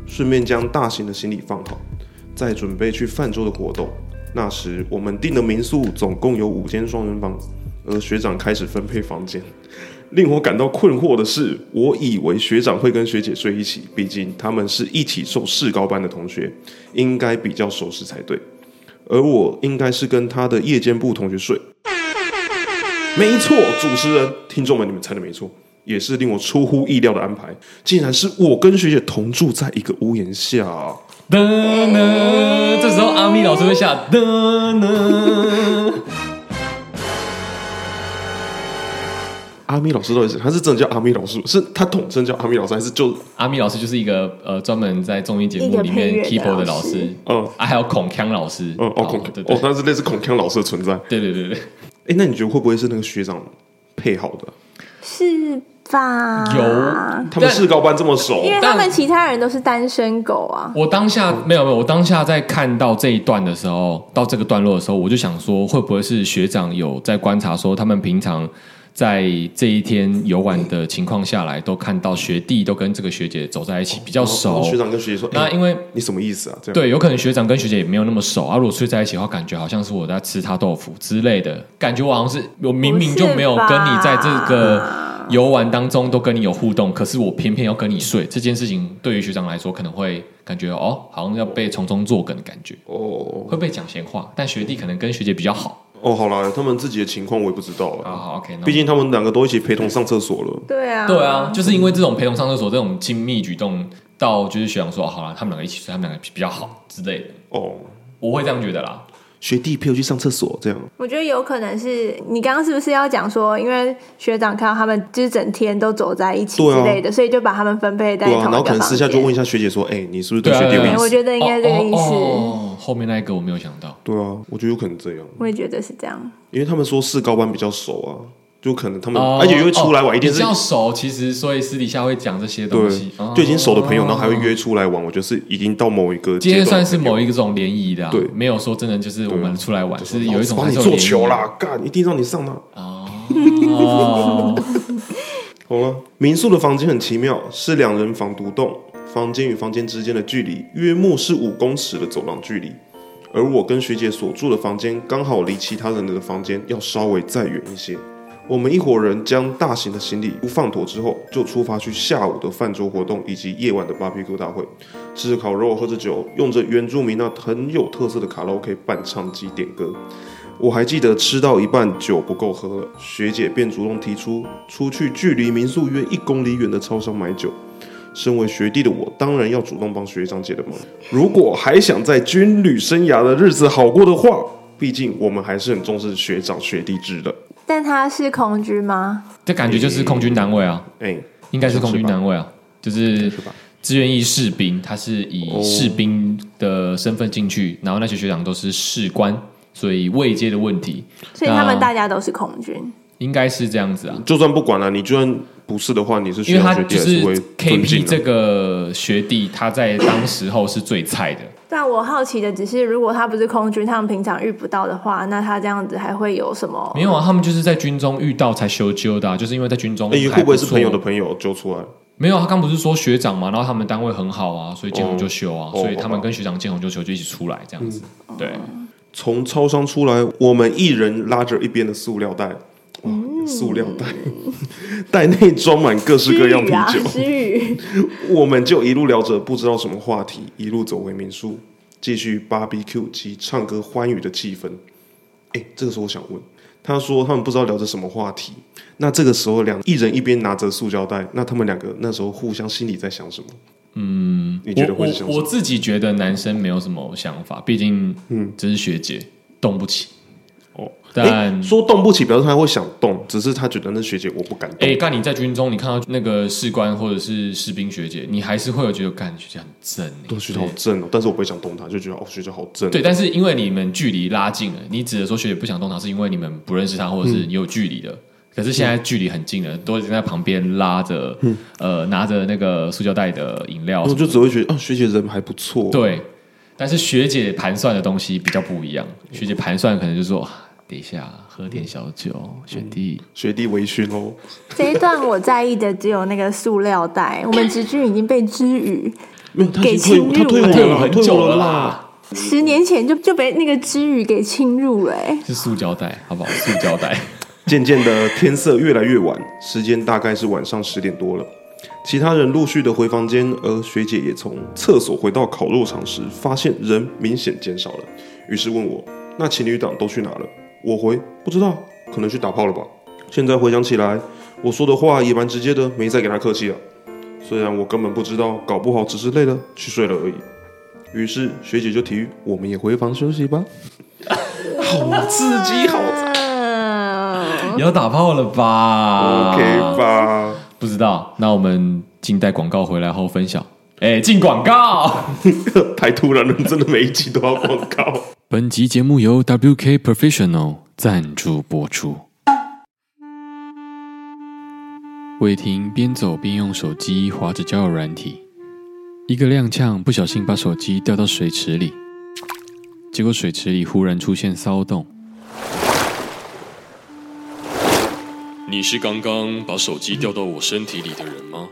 [SPEAKER 2] 顺便将大型的行李放好。在准备去泛舟的活动。那时我们订的民宿总共有五间双人房，而学长开始分配房间。令我感到困惑的是，我以为学长会跟学姐睡一起，毕竟他们是一起受士高班的同学，应该比较熟识才对。而我应该是跟他的夜间部同学睡。没错，主持人、听众们，你们猜的没错，也是令我出乎意料的安排，竟然是我跟学姐同住在一个屋檐下啊、
[SPEAKER 1] 噔噔，这时候阿咪老师会下噔噔，
[SPEAKER 2] 阿咪老师到底是他是真的叫阿咪老师，是他统称叫阿咪老师，还是就
[SPEAKER 1] 阿咪老师就是一个呃专门在综艺节目里
[SPEAKER 3] 一
[SPEAKER 1] 面
[SPEAKER 3] 个配乐
[SPEAKER 1] keyboard
[SPEAKER 3] 的
[SPEAKER 1] 的
[SPEAKER 3] 老
[SPEAKER 1] 老
[SPEAKER 3] 师
[SPEAKER 1] 师，
[SPEAKER 2] 嗯
[SPEAKER 1] 啊还有孔锵老师，
[SPEAKER 2] 嗯哦
[SPEAKER 1] 好
[SPEAKER 2] 孔
[SPEAKER 1] 对对
[SPEAKER 2] 哦，他是类似孔锵老师的存在。
[SPEAKER 1] 对对对对，
[SPEAKER 2] 哎，那你觉得会不会是那个学长配好的？
[SPEAKER 3] 是吧？
[SPEAKER 1] 有
[SPEAKER 2] 他们
[SPEAKER 1] 但
[SPEAKER 2] 士高班这么熟，
[SPEAKER 3] 因为
[SPEAKER 1] 但
[SPEAKER 3] 他们其他人都是单身狗啊。
[SPEAKER 1] 我当下没有没有，我当下在看到这一段的时候，到这个段落的时候，我就想说，会不会是学长有在观察说，他们平常在这一天游玩的情况下来，都看到学弟都跟这个学姐走在一起，比较
[SPEAKER 2] 然
[SPEAKER 1] 熟
[SPEAKER 2] 后。学长跟学姐说，
[SPEAKER 1] 那
[SPEAKER 2] 哎，
[SPEAKER 1] 因为
[SPEAKER 2] 你什么意思啊？这样
[SPEAKER 1] 对，有可能学长跟学姐也没有那么熟啊。如果睡在一起的话，感觉好像是我在吃他豆腐之类的，感觉我好像是我明明就没有跟你在这个游玩当中都跟你有互动，可是我偏偏要跟你睡，这件事情对于学长来说可能会感觉哦，好像要被从中作梗的感觉，
[SPEAKER 2] 哦
[SPEAKER 1] 会被讲闲话。但学弟可能跟学姐比较好
[SPEAKER 2] 哦，好啦，他们自己的情况我也不知道
[SPEAKER 1] 啊，
[SPEAKER 2] 了，
[SPEAKER 1] 好 OK，那我
[SPEAKER 2] 毕竟他们两个都一起陪同上厕所了。
[SPEAKER 3] 对啊，
[SPEAKER 1] 对啊，，就是因为这种陪同上厕所这种亲密举动，到就是学长说哦好了，他们两个一起睡，他们两个比较好之类的，
[SPEAKER 2] 哦，
[SPEAKER 1] 我会这样觉得啦。
[SPEAKER 2] 学弟陪我去上厕所，这样
[SPEAKER 3] 我觉得有可能是你刚刚是不是要讲说，因为学长看到他们就是整天都走在一起
[SPEAKER 2] 对啊
[SPEAKER 3] 之类的，所以就把他们分配在
[SPEAKER 2] 对啊，
[SPEAKER 3] 同一个
[SPEAKER 2] 然后可能私下就
[SPEAKER 3] 房
[SPEAKER 2] 问
[SPEAKER 3] 间
[SPEAKER 2] 一下学姐说：“哎、你是不是对
[SPEAKER 1] 对啊
[SPEAKER 2] 学弟有
[SPEAKER 1] 对
[SPEAKER 2] 意
[SPEAKER 1] 啊
[SPEAKER 2] 思
[SPEAKER 3] 我觉得应该这个意思
[SPEAKER 1] 哦哦哦后面那一个我没有想到，？”
[SPEAKER 2] 对啊，我觉得有可能这样，
[SPEAKER 3] 我也觉得是这样。
[SPEAKER 2] 因为他们说四高班比较熟啊，就可能他们，
[SPEAKER 1] 哦
[SPEAKER 2] 而且又会出来玩，
[SPEAKER 1] 哦
[SPEAKER 2] 一定
[SPEAKER 1] 比
[SPEAKER 2] 是
[SPEAKER 1] 较熟，其实所以私底下会讲这些东
[SPEAKER 2] 对
[SPEAKER 1] 西，哦，
[SPEAKER 2] 就已经熟的朋友，然后还会约出来玩。我觉得是已经到某一个
[SPEAKER 1] 今天
[SPEAKER 2] 阶段
[SPEAKER 1] 算
[SPEAKER 2] 的
[SPEAKER 1] 是
[SPEAKER 2] 朋友，
[SPEAKER 1] 某一个这种联谊的啊，
[SPEAKER 2] 对
[SPEAKER 1] 没有说真的就是我们出来玩，是有一种
[SPEAKER 2] 帮
[SPEAKER 1] 还
[SPEAKER 2] 你
[SPEAKER 1] 是有
[SPEAKER 2] 做
[SPEAKER 1] 联谊
[SPEAKER 2] 球啦，干，一定让你上啊！
[SPEAKER 1] 哦，
[SPEAKER 2] 好了，民宿的房间很奇妙，是两人房独栋，房间与房间之间的距离约莫是五公尺的走廊距离。而我跟学姐所住的房间刚好离其他人的房间要稍微再远一些。我们一伙人将大型的行李放妥之后，就出发去下午的饭桌活动以及夜晚的 BBQ 大会，吃着烤肉，喝着酒，用着原住民那很有特色的卡拉 OK 伴唱机点歌。我还记得吃到一半酒不够喝了，学姐便主动提出出去距离民宿约一公里远的超商买酒。身为学弟的我，当然要主动帮学长姐的忙。如果还想在军旅生涯的日子好过的话，毕竟我们还是很重视学长学弟制的。
[SPEAKER 3] 但他是空军吗？
[SPEAKER 1] 这感觉就是空军单位啊，
[SPEAKER 2] 哎、
[SPEAKER 1] 应该是空军单位啊，就是
[SPEAKER 2] 是吧？
[SPEAKER 1] 志愿役士兵，他是以士兵的身份进去，然后那些学长都是士官，所以位阶的问题
[SPEAKER 3] 所以他们
[SPEAKER 1] 那
[SPEAKER 3] 大家都是空军。
[SPEAKER 1] 应该是这样子啊。
[SPEAKER 2] 就算不管了、你就算不是的话，你是
[SPEAKER 1] 因
[SPEAKER 2] 学
[SPEAKER 1] 为他
[SPEAKER 2] 长学弟
[SPEAKER 1] 就
[SPEAKER 2] 还是
[SPEAKER 1] 是
[SPEAKER 2] 会尊
[SPEAKER 1] KP
[SPEAKER 2] 敬啊的、
[SPEAKER 1] 这个学弟，他在当时候是最菜的，
[SPEAKER 2] 哦
[SPEAKER 3] 但我好奇的只是，如果他不是空军，他们平常遇不到的话，那他这样子还会有什么？
[SPEAKER 1] 没有啊，他们就是在军中遇到才修纠的、啊，就是因为在军中
[SPEAKER 2] 哎、会不会是朋友的
[SPEAKER 1] 还不错？
[SPEAKER 2] 朋友揪出来？
[SPEAKER 1] 没有啊，他刚不是说学长嘛，然后他们单位很好啊，所以见红就修啊，
[SPEAKER 2] 哦嗯
[SPEAKER 1] 所以他们跟学长见红就修就一起出来这样子。对，
[SPEAKER 2] 从超商出来，我们一人拉着一边的塑料袋，哇，塑料袋， 袋内装满各式各样啤
[SPEAKER 3] 语啊，
[SPEAKER 2] 酒。
[SPEAKER 3] 失语。
[SPEAKER 2] 我们就一路聊着不知道什么话题，一路走回民宿，继续 BBQ 及唱歌欢愉的气氛。哎，这个时候我想问，他说他们不知道聊着什么话题，那这个时候两一人一边拿着塑胶袋，那他们两个那时候互相心里在想什么？嗯，你觉得
[SPEAKER 1] 我
[SPEAKER 2] 会是想
[SPEAKER 1] 我
[SPEAKER 2] 什
[SPEAKER 1] 我
[SPEAKER 2] 么？
[SPEAKER 1] 自己觉得男生没有什么想法，毕竟嗯，这是学姐，动不起。
[SPEAKER 2] 哦，
[SPEAKER 1] 但
[SPEAKER 2] 诶说动不起，表示他会想动，只是他觉得那学姐我不敢动。
[SPEAKER 1] 哎，干你在军中，你看到那个士官或者是士兵学姐，你还是会有觉得干学姐很正欸，
[SPEAKER 2] 对，学姐好正哦，但是我不会想动她，就觉得哦，学姐好正。
[SPEAKER 1] 对，，但是因为你们距离拉近了，你指的说学姐不想动她，是因为你们不认识她，或者
[SPEAKER 2] 嗯
[SPEAKER 1] 是有距离的。可是现在距离很近了，都已经在旁边拉着，
[SPEAKER 2] 嗯
[SPEAKER 1] 呃，拿着那个塑胶袋的饮料
[SPEAKER 2] 然
[SPEAKER 1] 什
[SPEAKER 2] 后
[SPEAKER 1] 么
[SPEAKER 2] 就只会觉得啊，学姐人还不错。
[SPEAKER 1] 的。对，但是学姐盘算的东西比较不一样，学姐盘算可能就说，啊等一下喝点小酒，学弟。
[SPEAKER 2] 学弟微醺哦，
[SPEAKER 3] 这一段我在意的只有那个塑料袋，我们直军已经被知语。
[SPEAKER 2] 没有，他
[SPEAKER 3] 给
[SPEAKER 2] 已经
[SPEAKER 3] 侵
[SPEAKER 2] 退，他退伍
[SPEAKER 3] 入了
[SPEAKER 1] 退伍
[SPEAKER 2] 了，
[SPEAKER 1] 很
[SPEAKER 2] 退
[SPEAKER 1] 久
[SPEAKER 2] 伍哦
[SPEAKER 1] 了
[SPEAKER 2] 了啦。
[SPEAKER 1] 啦，
[SPEAKER 3] 十年前就就被那个知语给侵入了、欸，
[SPEAKER 1] 是塑胶袋，好不好？塑胶袋。
[SPEAKER 2] 渐渐的，天色越来越晚，时间大概是晚上十点多了。其他人陆续的回房间，而学姐也从厕所回到烤肉场时，发现人明显减少了，于是问我：“那情侣档都去哪了？”我回：“不知道，可能去打炮了吧。”现在回想起来，我说的话也蛮直接的，没再给他客气了。虽然我根本不知道，搞不好只是累了去睡了而已。于是学姐就提议：“我们也回房休息吧。”好刺激，好
[SPEAKER 3] 嗯，
[SPEAKER 1] 有打炮了吧
[SPEAKER 2] OK 吧。
[SPEAKER 1] 不知道，那我们静待广告回来后分享。哎，进广告。
[SPEAKER 2] 太突然了，真的每一集都要广告。
[SPEAKER 1] 本集节目由 WK Professional 赞助播出。魏婷边走边用手机划着交友软体，一个踉跄，不小心把手机掉到水池里，结果水池里忽然出现骚动。你是刚刚把手机掉到我身体里的人吗？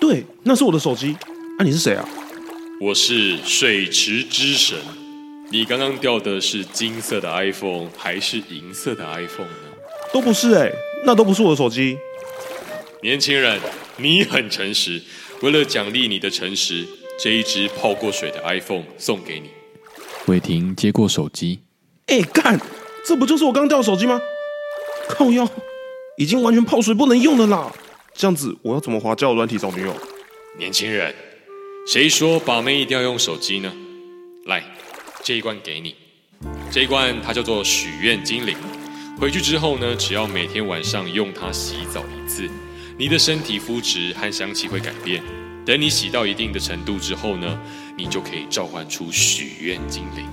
[SPEAKER 2] 对，那是我的手机。啊，你是谁啊？
[SPEAKER 4] 我是水池之神。你刚刚掉的是金色的 iPhone 还是银色的 iPhone 呢？
[SPEAKER 2] 都不是哎、那都不是我的手机。
[SPEAKER 4] 年轻人，你很诚实。为了奖励你的诚实，这一只泡过水的 iPhone 送给你。
[SPEAKER 1] 伟霆接过手机，
[SPEAKER 2] 哎、干，这不就是我刚掉的手机吗？靠腰，已经完全泡水不能用了啦。这样子我要怎么滑交友软体找女友？
[SPEAKER 4] 年轻人，谁说把妹一定要用手机呢？来，这一关给你，这一关它叫做许愿精灵。回去之后呢，只要每天晚上用它洗澡一次，你的身体肤质和香气会改变。等你洗到一定的程度之后呢，你就可以召唤出许愿精灵。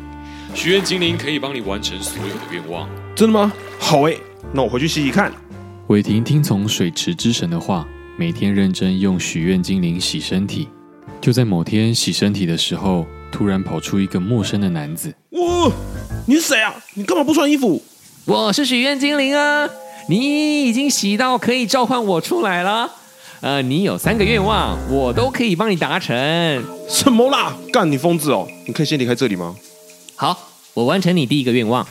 [SPEAKER 4] 许愿精灵可以帮你完成所有的愿望。
[SPEAKER 2] 真的吗？好哎、那我回去洗洗看。
[SPEAKER 1] 伟霆听从水池之神的话，每天认真用许愿精灵洗身体。就在某天洗身体的时候，突然跑出一个陌生的男子。
[SPEAKER 2] 哇，你是谁啊？你干嘛不穿衣服？
[SPEAKER 5] 我是许愿精灵啊！你已经洗到可以召唤我出来了。呃，你有三个愿望，我都可以帮你达成。
[SPEAKER 2] 什么啦？干你疯子哦！你可以先离开这里吗？
[SPEAKER 5] 好，我完成你第一个愿望。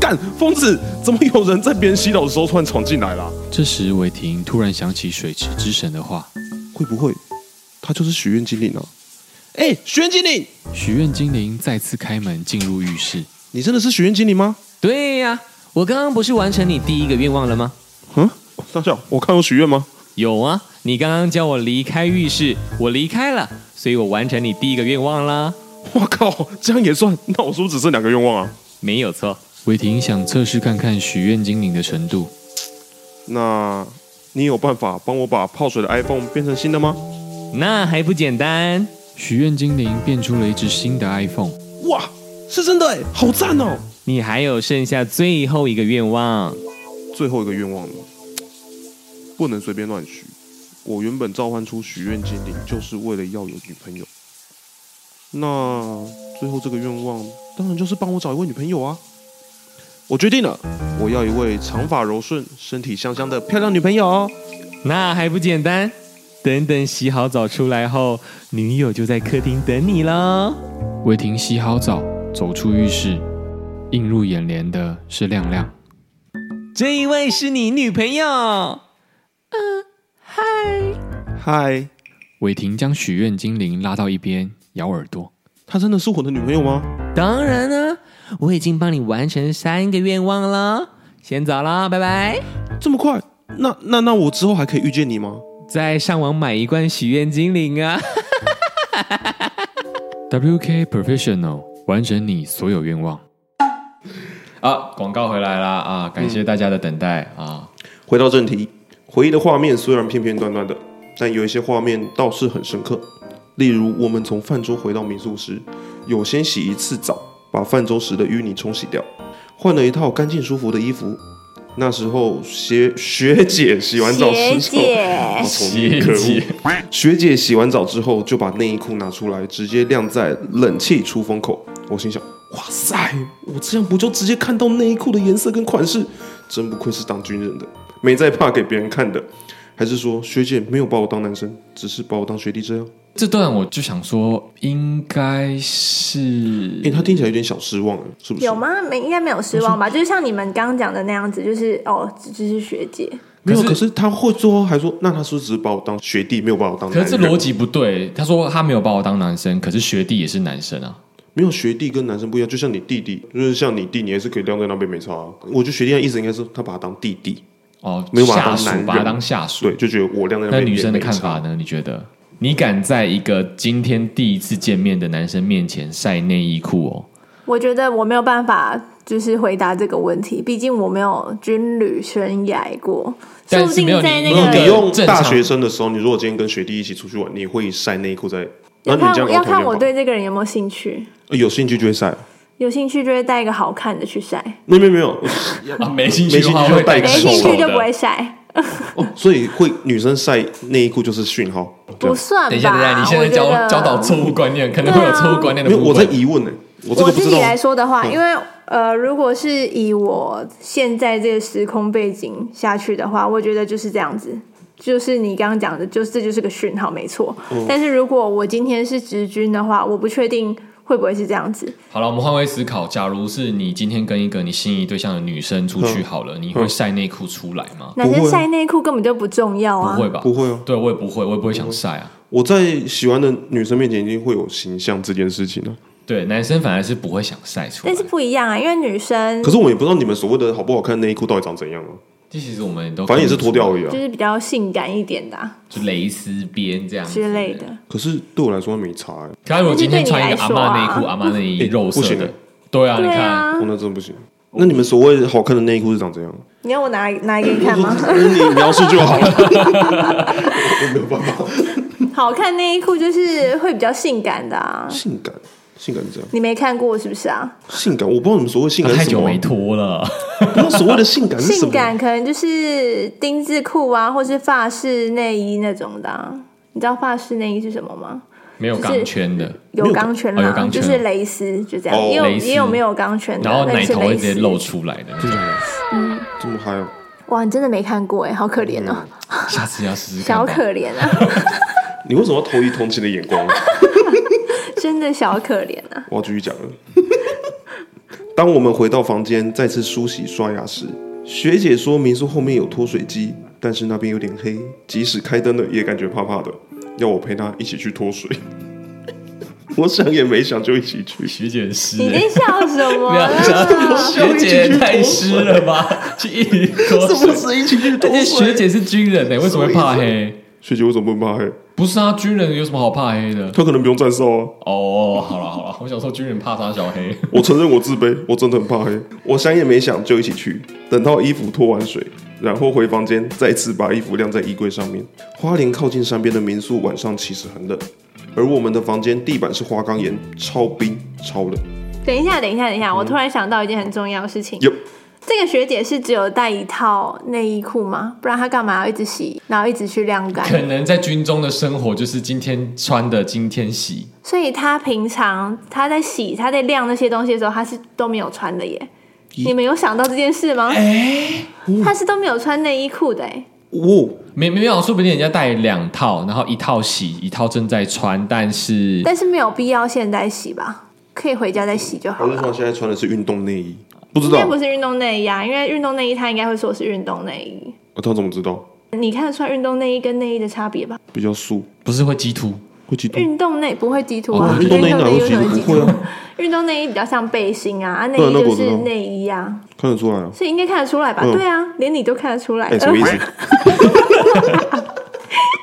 [SPEAKER 2] 干疯子，怎么有人在别人洗澡的时候突然闯进来啦、
[SPEAKER 1] 这时，伟霆突然想起水池之神的话，
[SPEAKER 2] 会不会他就是许愿精灵啊？哎、许愿精灵，
[SPEAKER 1] 许愿精灵再次开门进入浴室。
[SPEAKER 2] 你真的是许愿精灵吗？
[SPEAKER 5] 对呀、我刚刚不是完成你第一个愿望了吗？
[SPEAKER 2] 嗯，大笑，我看有许愿吗？
[SPEAKER 5] 有啊，你刚刚叫我离开浴室，我离开了，所以我完成你第一个愿望啦。
[SPEAKER 2] 我靠，这样也算？那我是不是只剩两个愿望啊？
[SPEAKER 5] 没有错，
[SPEAKER 1] 伟霆想测试看看许愿精灵的程度，
[SPEAKER 2] 那你有办法帮我把泡水的 iPhone 变成新的吗？
[SPEAKER 5] 那还不简单？
[SPEAKER 1] 许愿精灵变出了一只新的 iPhone。
[SPEAKER 2] 哇，是真的哎，好赞哦！
[SPEAKER 5] 你还有剩下最后一个愿望。
[SPEAKER 2] 最后一个愿望了，不能随便乱许。我原本召唤出许愿精灵，就是为了要有女朋友。那最后这个愿望，当然就是帮我找一位女朋友啊！我决定了，我要一位长发柔顺、身体香香的漂亮女朋友哦。
[SPEAKER 5] 那还不简单？等等洗好澡出来后，女友就在客厅等你了。
[SPEAKER 1] 伟霆洗好澡，走出浴室，映入眼帘的是亮亮。
[SPEAKER 5] 这一位是你女朋友，
[SPEAKER 2] 嗨，
[SPEAKER 1] 伟霆将许愿精灵拉到一边，咬耳朵。
[SPEAKER 2] 她真的是我的女朋友吗？
[SPEAKER 5] 当然呢、我已经帮你完成三个愿望了。先走了，拜拜。
[SPEAKER 2] 这么快？那那那我之后还可以遇见你吗？
[SPEAKER 5] 再上网买一罐许愿精灵 啊！
[SPEAKER 1] WK Professional 完成你所有愿望。
[SPEAKER 4] 啊，广告回来啦！
[SPEAKER 1] 啊，感谢大家的等待啊！
[SPEAKER 2] 回到正题，回忆的画面虽然片片段段的，但有一些画面倒是很深刻。例如，我们从饭桌回到民宿时，有先洗一次澡，把饭桌时的淤泥冲洗掉，换了一套干净舒服的衣服。那时候学学姐洗完澡
[SPEAKER 3] 学
[SPEAKER 2] 之后，
[SPEAKER 3] 姐，
[SPEAKER 2] 学姐，学姐洗完澡之后就把内衣裤拿出来，直接晾在冷气出风口。我心想，哇塞，我这样不就直接看到内衣裤的颜色跟款式？真不愧是当军人的，没在怕给别人看的。还是说学姐没有把我当男生，只是把我当学弟这样？
[SPEAKER 1] 这段我就想说，应该是
[SPEAKER 2] 哎、他听起来有点小失望，啊是不是？
[SPEAKER 3] 有？吗？没，应该没有失望吧？就是像你们刚刚讲的那样子，就是哦，只只是学姐，
[SPEAKER 2] 没有。
[SPEAKER 1] 可是
[SPEAKER 2] 可是他会最后还说，那他是不是只是把我当学弟，没有把我当男
[SPEAKER 1] 可
[SPEAKER 2] 人？
[SPEAKER 1] 是这逻辑不对。他说他没有把我当男生，可是学弟也是男生啊。
[SPEAKER 2] 没有学弟跟男生不一样，就像你弟弟，就是像你弟，你也是可以晾在那边没差、啊。我觉得学弟的意思应该是他把他当弟弟，
[SPEAKER 1] 哦，
[SPEAKER 2] 没有把他
[SPEAKER 1] 下
[SPEAKER 2] 当男
[SPEAKER 1] 属，
[SPEAKER 2] 人
[SPEAKER 1] 把他当下属。
[SPEAKER 2] 对，就觉得我晾在那
[SPEAKER 1] 那
[SPEAKER 2] 边。
[SPEAKER 1] 女生的
[SPEAKER 2] 也没
[SPEAKER 1] 看
[SPEAKER 2] 差
[SPEAKER 1] 法呢？你觉得你敢在一个 今天第一次见面的男生面前晒内衣裤哦？
[SPEAKER 3] 我觉得我没有办法，就是回答这个问题，毕竟我没有军旅生涯过，说
[SPEAKER 1] 但
[SPEAKER 3] 不
[SPEAKER 1] 是
[SPEAKER 3] 定
[SPEAKER 1] 没有
[SPEAKER 3] 在那
[SPEAKER 1] 没有
[SPEAKER 2] 你
[SPEAKER 1] 理
[SPEAKER 3] 个
[SPEAKER 1] 由
[SPEAKER 2] 用
[SPEAKER 1] 正
[SPEAKER 2] 大
[SPEAKER 1] 常
[SPEAKER 2] 学生的时候，你如果今天跟学弟一起出去玩，你会晒内裤在，然后你
[SPEAKER 3] 看
[SPEAKER 2] 这
[SPEAKER 3] 我
[SPEAKER 2] 样
[SPEAKER 3] 要
[SPEAKER 2] 有同
[SPEAKER 3] 看
[SPEAKER 2] 意吗
[SPEAKER 3] 我对这个人有没有兴趣，
[SPEAKER 2] 呃有兴趣就会晒，
[SPEAKER 3] 有兴趣就会带一个好看的去晒，
[SPEAKER 2] 没有没有没有
[SPEAKER 1] 啊，没兴
[SPEAKER 2] 趣
[SPEAKER 1] 趣
[SPEAKER 2] 的
[SPEAKER 1] 的
[SPEAKER 2] 话
[SPEAKER 1] 话
[SPEAKER 2] 会
[SPEAKER 1] 会带
[SPEAKER 2] 带个
[SPEAKER 3] 没
[SPEAKER 2] 手
[SPEAKER 3] 兴趣就不会
[SPEAKER 1] 的。
[SPEAKER 3] 晒，
[SPEAKER 2] 哦，所以会女生晒内衣裤就是讯号。这
[SPEAKER 3] 不
[SPEAKER 2] 样
[SPEAKER 3] 算吧？
[SPEAKER 1] 等一下，等一下，你现在
[SPEAKER 3] 我觉
[SPEAKER 1] 教
[SPEAKER 3] 得
[SPEAKER 1] 教导错误观念，可能会有错误观念
[SPEAKER 2] 没
[SPEAKER 1] 的
[SPEAKER 2] 有
[SPEAKER 1] 部分。
[SPEAKER 2] 我在疑问呢、我这
[SPEAKER 3] 我
[SPEAKER 2] 个不
[SPEAKER 3] 自
[SPEAKER 2] 知
[SPEAKER 3] 己
[SPEAKER 2] 道。
[SPEAKER 3] 来说的话，
[SPEAKER 2] 嗯
[SPEAKER 3] 因为呃，如果是以我现在这个时空背景下去的话，我觉得就是这样子，就是你刚刚讲
[SPEAKER 2] 嗯
[SPEAKER 3] 的，就是这就是个讯号，没错。但是如果我今天是直军的话，我不确定会不会是这样子？
[SPEAKER 1] 好了，我们换位思考，假如是你今天跟一个你心仪对象的女生出
[SPEAKER 2] 嗯
[SPEAKER 1] 去好了，你会晒内裤出来吗？
[SPEAKER 3] 男
[SPEAKER 2] 不
[SPEAKER 3] 生
[SPEAKER 2] 会啊
[SPEAKER 3] 晒内裤根本就不重要啊，
[SPEAKER 1] 不会吧？
[SPEAKER 2] 不会嗯哦
[SPEAKER 1] 对我也不会，我也不会想晒啊。
[SPEAKER 2] 我在喜欢的女生面前一定会有形象这件事情啊。
[SPEAKER 1] 对，男生反而是不会想晒出来
[SPEAKER 3] 但是。不一样啊，因为女生
[SPEAKER 2] 可是我也不知道你们所谓的好不好看内衣裤到底长怎样啊，
[SPEAKER 1] 这其实我们都
[SPEAKER 2] 反正也是脱掉而已啊
[SPEAKER 3] 就。是比较性感一点的、啊、
[SPEAKER 2] 嗯
[SPEAKER 1] 就蕾丝边这样子
[SPEAKER 3] 之类。的。
[SPEAKER 2] 可是对我来说没差哎、
[SPEAKER 1] 可是我今天穿一个阿
[SPEAKER 3] 但是对你
[SPEAKER 1] 妈
[SPEAKER 3] 来
[SPEAKER 1] 内
[SPEAKER 3] 说啊
[SPEAKER 1] 裤、阿妈内衣肉色
[SPEAKER 2] 不行
[SPEAKER 1] 的
[SPEAKER 2] 欸，
[SPEAKER 1] 对啊，你
[SPEAKER 3] 对
[SPEAKER 1] 看，
[SPEAKER 3] 啊
[SPEAKER 2] 哦我，那真的不行。那你们所谓好看的内衣裤是长怎样？啊
[SPEAKER 3] 你要我拿拿给你 看吗？
[SPEAKER 2] 你描述就好。我 没有办法，
[SPEAKER 3] 好看内衣裤就是会比较性感的啊，
[SPEAKER 2] 性感，性感是这样，
[SPEAKER 3] 你没看过是不是啊？
[SPEAKER 2] 性感，我不知道你们所谓性
[SPEAKER 1] 他
[SPEAKER 2] 感
[SPEAKER 1] 太
[SPEAKER 2] 是什
[SPEAKER 1] 久
[SPEAKER 2] 么啊
[SPEAKER 1] 没，脱了。
[SPEAKER 2] 不知道所谓的性感是什
[SPEAKER 3] 性
[SPEAKER 2] 么。
[SPEAKER 3] 感可能就是丁字裤啊，或是法式内衣那种的、啊。你知道法式内衣是什么吗？
[SPEAKER 1] 没有钢圈的，
[SPEAKER 3] 有钢圈
[SPEAKER 1] 哦
[SPEAKER 3] 啦，
[SPEAKER 1] 有钢圈
[SPEAKER 3] 就是蕾丝，就这样。
[SPEAKER 2] 哦
[SPEAKER 3] 也有
[SPEAKER 1] 蕾丝
[SPEAKER 3] 也有没有钢圈的，
[SPEAKER 1] 然后
[SPEAKER 3] 但
[SPEAKER 1] 奶
[SPEAKER 3] 是
[SPEAKER 1] 头会
[SPEAKER 3] 蕾
[SPEAKER 1] 直接
[SPEAKER 3] 丝。
[SPEAKER 1] 露出来的那种。
[SPEAKER 2] 这么嗨啊！
[SPEAKER 3] 哇，你真的没看过哎，好可怜哦，
[SPEAKER 1] 下次要试试嗯看
[SPEAKER 3] 小
[SPEAKER 1] 吧。
[SPEAKER 3] 可怜 啊，
[SPEAKER 2] 你为什么要投以同情的眼光？啊
[SPEAKER 3] 真的小可怜啊。
[SPEAKER 2] 我要继续讲了。当我们回到房间，再次梳洗刷牙时，学姐说民宿后面有脱水机，但是那边有点黑，即使开灯了也感觉怕怕的，要我陪她一起去脱水。 我想也没想就一起去，
[SPEAKER 1] 学姐很 湿
[SPEAKER 3] 你
[SPEAKER 1] 欸，
[SPEAKER 3] 在笑什么
[SPEAKER 1] 不要
[SPEAKER 3] 啦？
[SPEAKER 1] 讲 学姐太湿了吧？去一直脱
[SPEAKER 2] 是不
[SPEAKER 1] 水，
[SPEAKER 2] 是一起去
[SPEAKER 1] 而
[SPEAKER 2] 脱
[SPEAKER 1] 且学
[SPEAKER 2] 水？
[SPEAKER 1] 姐是军人呢，欸为什么会怕黑？
[SPEAKER 2] 学姐为什么不怕黑？
[SPEAKER 1] 不是啊，军人有什么好怕黑的？
[SPEAKER 2] 她可能不用站哨啊。
[SPEAKER 1] 哦，好了好了，我想说军人怕啥小黑？
[SPEAKER 2] 我承认我自卑，我真的很怕黑。我想也没想就一起去，等到衣服脱完水，然后回房间，再次把衣服晾在衣柜上面。花莲靠近山边的民宿晚上其实很冷，而我们的房间地板是花岗岩，超冰超冷。
[SPEAKER 3] 等一下，等一下，
[SPEAKER 1] 嗯
[SPEAKER 3] 等一下，我突然想到一件很重要的事情。
[SPEAKER 2] Yup
[SPEAKER 3] 这个学姐是只有带一套内衣裤吗？不然她干嘛要一直洗，然后一直去晾干？
[SPEAKER 1] 可能在军中的生活就是今天穿的，今天洗。
[SPEAKER 3] 所以她平常她在洗、她在晾那些东西的时候，她是都没有穿的耶。你们有想到这件事吗？她是都没有穿内衣裤的哎。
[SPEAKER 2] 哦，
[SPEAKER 1] 没没有，说不定人家带两套，然后一套洗，一套正在穿，但是
[SPEAKER 3] 但是没有必要现在洗吧，可以回家再洗就好
[SPEAKER 2] 还是
[SPEAKER 3] 了
[SPEAKER 2] 他。现在穿的是运动内衣？不知
[SPEAKER 3] 应
[SPEAKER 2] 道
[SPEAKER 3] 该，不是运动内衣啊，因为运动内衣她应该会说是运动内衣。
[SPEAKER 2] 啊他怎么知道？
[SPEAKER 3] 你看得出来运动内衣跟内衣的差别吧？
[SPEAKER 2] 比较素，
[SPEAKER 1] 不是会激突。
[SPEAKER 2] 会激动。
[SPEAKER 3] 运动内不会激突
[SPEAKER 1] 哦
[SPEAKER 3] 啊，
[SPEAKER 2] 嗯运动内衣哪会
[SPEAKER 3] 有
[SPEAKER 2] 激
[SPEAKER 3] 什么
[SPEAKER 2] 动？
[SPEAKER 3] 激
[SPEAKER 2] 不会
[SPEAKER 3] 突？
[SPEAKER 2] 啊，
[SPEAKER 3] 运动内衣比较像背心啊，啊内
[SPEAKER 2] 对啊
[SPEAKER 3] 衣
[SPEAKER 2] 那
[SPEAKER 3] 就
[SPEAKER 2] 我知
[SPEAKER 3] 是
[SPEAKER 2] 道
[SPEAKER 3] 内衣啊，
[SPEAKER 2] 看得出来啊。
[SPEAKER 3] 所以应该看得出来吧？
[SPEAKER 2] 嗯
[SPEAKER 3] 对啊，连你都看得出来
[SPEAKER 2] 哎、。什么意思？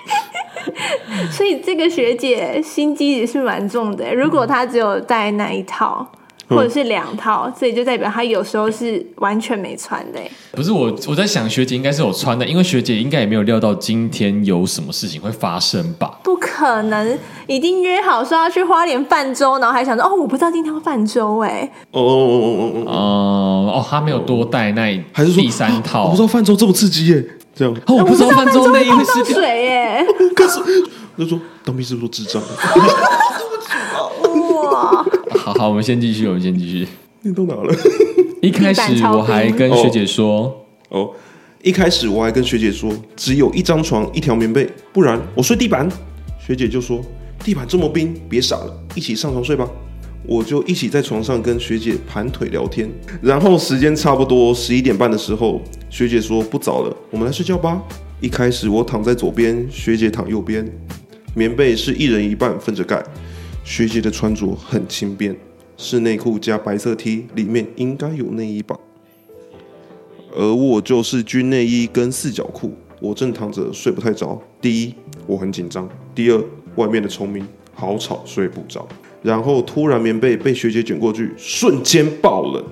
[SPEAKER 3] 呃所以这个学姐心机也是蛮重
[SPEAKER 1] 嗯
[SPEAKER 3] 的。如果她只有带那一套。或者是两套，所以就代表她有时候是完全没穿的。
[SPEAKER 1] 不是我，我在想学姐应该是有穿的，因为学姐应该也没有料到今天有什么事情会发生吧？
[SPEAKER 3] 不可能，已经约好说要去花莲泛舟，然后还想说哦，我不知道今天要泛舟哎，
[SPEAKER 2] 哦哦哦哦哦
[SPEAKER 1] 哦、
[SPEAKER 2] 哦，
[SPEAKER 1] 哦，她没有多带那一
[SPEAKER 2] 还是说哦
[SPEAKER 1] 第三套，
[SPEAKER 2] 我不知道泛舟这么刺激耶、这样。
[SPEAKER 1] 哦，我不知道泛舟内衣会
[SPEAKER 3] 泡
[SPEAKER 1] 湿掉，
[SPEAKER 3] 水哎，
[SPEAKER 2] 可是就说当兵是不是都智障？
[SPEAKER 3] 哇！
[SPEAKER 1] 好好，我们先继续，我们先继续。
[SPEAKER 2] 你都拿了。
[SPEAKER 1] 一开始我还跟学姐说，
[SPEAKER 2] 哦，一开始我还跟学姐说只有一张床一条棉被，不然我睡地板。学姐就说地板这么冰，别傻了，一起上床睡吧。我就一起在床上跟学姐盘腿聊天，然后时间差不多十一点半的时候，学姐说不早了，我们来睡觉吧。一开始我躺在左边，学姐躺右边，棉被是一人一半分着盖。学姐的穿着很轻便，是内裤加白色 T，里面应该有内衣吧。而我就是军内衣跟四角裤，我正躺着睡不太着。第一，我很紧张；第二，外面的虫鸣好吵，睡不着。然后突然棉被被学姐卷过去，瞬间爆冷。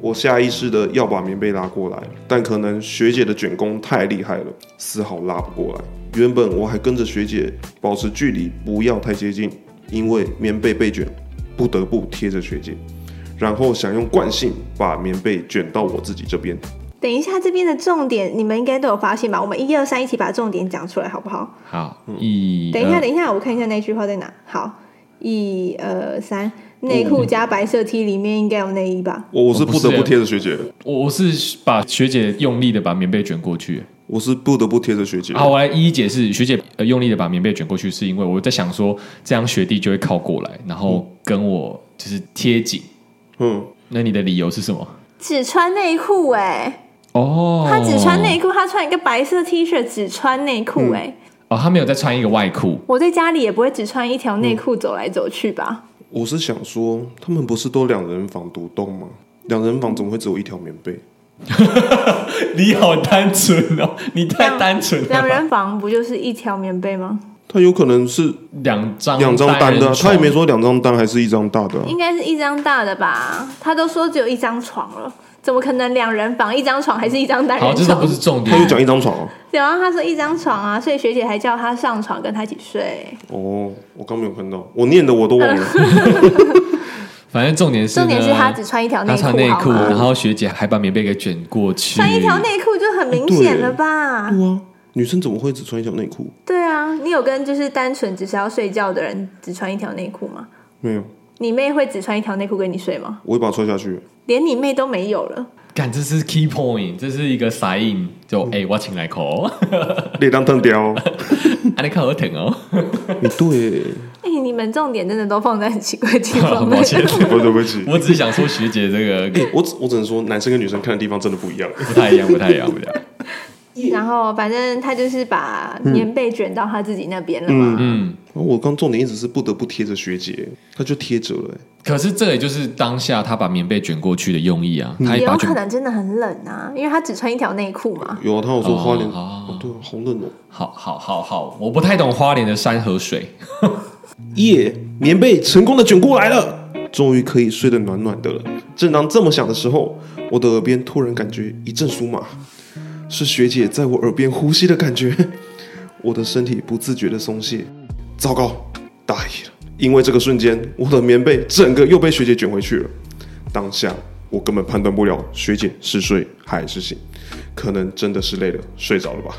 [SPEAKER 2] 我下意识的要把棉被拉过来，但可能学姐的卷功太厉害了，丝毫拉不过来。原本我还跟着学姐保持距离，不要太接近，因为棉被被卷，不得不贴着学姐，然后想用惯性把棉被卷到我自己这边。
[SPEAKER 3] 等一下，这边的重点你们应该都有发现吧？我们一二三一起把重点讲出来，好不好？
[SPEAKER 1] 好，一，
[SPEAKER 3] 等一下，
[SPEAKER 1] 呃
[SPEAKER 3] 等一下，我看一下那句话在哪。好，一二三，内裤加白色 T 里面应该有内衣吧？
[SPEAKER 2] 我我是
[SPEAKER 1] 哦不
[SPEAKER 2] 不
[SPEAKER 1] 是
[SPEAKER 2] 得不贴着学姐，
[SPEAKER 1] 我我是把学姐用力的把棉被卷过去。
[SPEAKER 2] 我是不得不贴着学姐。
[SPEAKER 1] 好，我来一一解释。学姐呃用力的把棉被卷过去，是因为我在想说，这样学弟就会靠过来，然后跟我就是贴紧，
[SPEAKER 2] 嗯，
[SPEAKER 1] 那你的理由是什么？
[SPEAKER 3] 只穿内裤哎，
[SPEAKER 1] 哦，
[SPEAKER 3] 他只穿内裤，他穿一个白色 T 恤，只穿内裤哎。
[SPEAKER 1] 哦，他没有再穿一个外裤，
[SPEAKER 3] 我在家里也不会只穿一条内裤走来走去吧？
[SPEAKER 2] 我是想说，他们不是都两人房独栋吗？两人房怎么会只有一条棉被？
[SPEAKER 1] 你好单纯哦，你太单纯了吧，
[SPEAKER 3] 两人房不就是一条棉被 吗？
[SPEAKER 2] 他有可能是
[SPEAKER 1] 两张
[SPEAKER 2] 两张
[SPEAKER 1] 哦
[SPEAKER 2] 单
[SPEAKER 1] 人
[SPEAKER 2] 的啊、
[SPEAKER 1] 床
[SPEAKER 2] 他也没说两张单还是一张大的啊、
[SPEAKER 3] 应该是一张大的吧？他都说只有一张床了，怎么可能两人房一张床还是一张单
[SPEAKER 1] 好，
[SPEAKER 3] 人
[SPEAKER 1] 这都
[SPEAKER 3] 床
[SPEAKER 1] 不？是重
[SPEAKER 2] 他又
[SPEAKER 1] 点。
[SPEAKER 2] 讲一张床啊、
[SPEAKER 3] 然后他说一张床啊，所以学姐还叫他上床跟他一起睡。
[SPEAKER 2] 哦，我刚没有看到，我念的我都 忘了。
[SPEAKER 1] 反正重点是呢，
[SPEAKER 3] 重点是他只穿一条内
[SPEAKER 1] 啊他
[SPEAKER 3] 裤，
[SPEAKER 1] 穿内裤，
[SPEAKER 3] 好吗
[SPEAKER 1] 然后学姐还把棉被给卷过去，
[SPEAKER 3] 穿一条内裤就很明显了吧？
[SPEAKER 2] 对啊，女生怎么会只穿一条内裤？
[SPEAKER 3] 对啊，你有跟就是单纯只是要睡觉的人只穿一条内裤吗？
[SPEAKER 2] 没有，
[SPEAKER 3] 你妹会只穿一条内裤跟你睡吗？
[SPEAKER 2] 我会把它穿下去。
[SPEAKER 3] 连你妹都没有了，
[SPEAKER 1] 干，这是 key point，这是一个 sign，就
[SPEAKER 2] 嗯
[SPEAKER 1] 哎、我请来 口，
[SPEAKER 2] 列当当雕，
[SPEAKER 1] 啊，你看我疼哦，
[SPEAKER 2] 你对，
[SPEAKER 3] 哎、你们重点真的都放在很奇怪的地方。
[SPEAKER 1] 抱歉，
[SPEAKER 2] 我对不起。
[SPEAKER 1] 我只是想说学姐这 个
[SPEAKER 2] 我只我只能说，男生跟女生看的地方真的不一样。
[SPEAKER 1] 不太一样，不太一样，不太一样。
[SPEAKER 3] 然后反正他就是把棉被卷到他自己那边了嘛。
[SPEAKER 1] 嗯，
[SPEAKER 2] 然后我刚重点一直是不得不贴着学姐，她就贴着了、欸
[SPEAKER 1] 可是这也就是当下他把棉被卷过去的用意啊，他
[SPEAKER 3] 也
[SPEAKER 1] 也把
[SPEAKER 3] 有
[SPEAKER 1] 卷
[SPEAKER 3] 可能真的很冷啊，因为他只穿一条内裤嘛。
[SPEAKER 2] 有啊，她有说花莲，
[SPEAKER 1] 哦
[SPEAKER 2] 哦对啊，好冷哦、
[SPEAKER 1] 好好好好，我不太懂花莲的山和水，
[SPEAKER 2] 耶棉被成功的卷过来了，终于可以睡得暖暖的了。正当这么想的时候，我的耳边突然感觉一阵酥麻，是学姐在我耳边呼吸的感觉，我的身体不自觉的松懈。糟糕，大意了！因为这个瞬间，我的棉被整个又被学姐卷回去了。当下我根本判断不了学姐是睡还是醒，可能真的是累了睡着了吧。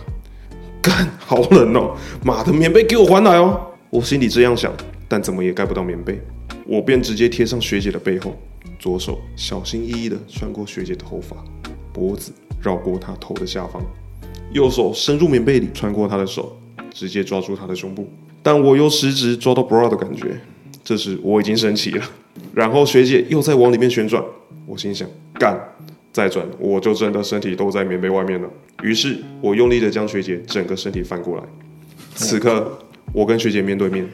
[SPEAKER 2] 干， 好冷哦！妈的，棉被给我还来哦！我心里这样想，但怎么也盖不到棉被，我便直接贴上学姐的背后，左手小心翼翼地穿过学姐的头发，脖子绕过她头的下方，右手伸入棉被里，穿过她的手，直接抓住她的胸部，但我又食指抓到 bra 的感觉，这时我已经升旗了。然后学姐又再往里面旋转，我心想干，再转我就真的身体都在棉被外面了。于是我用力的将学姐整个身体翻过来。此刻我跟学姐面对面，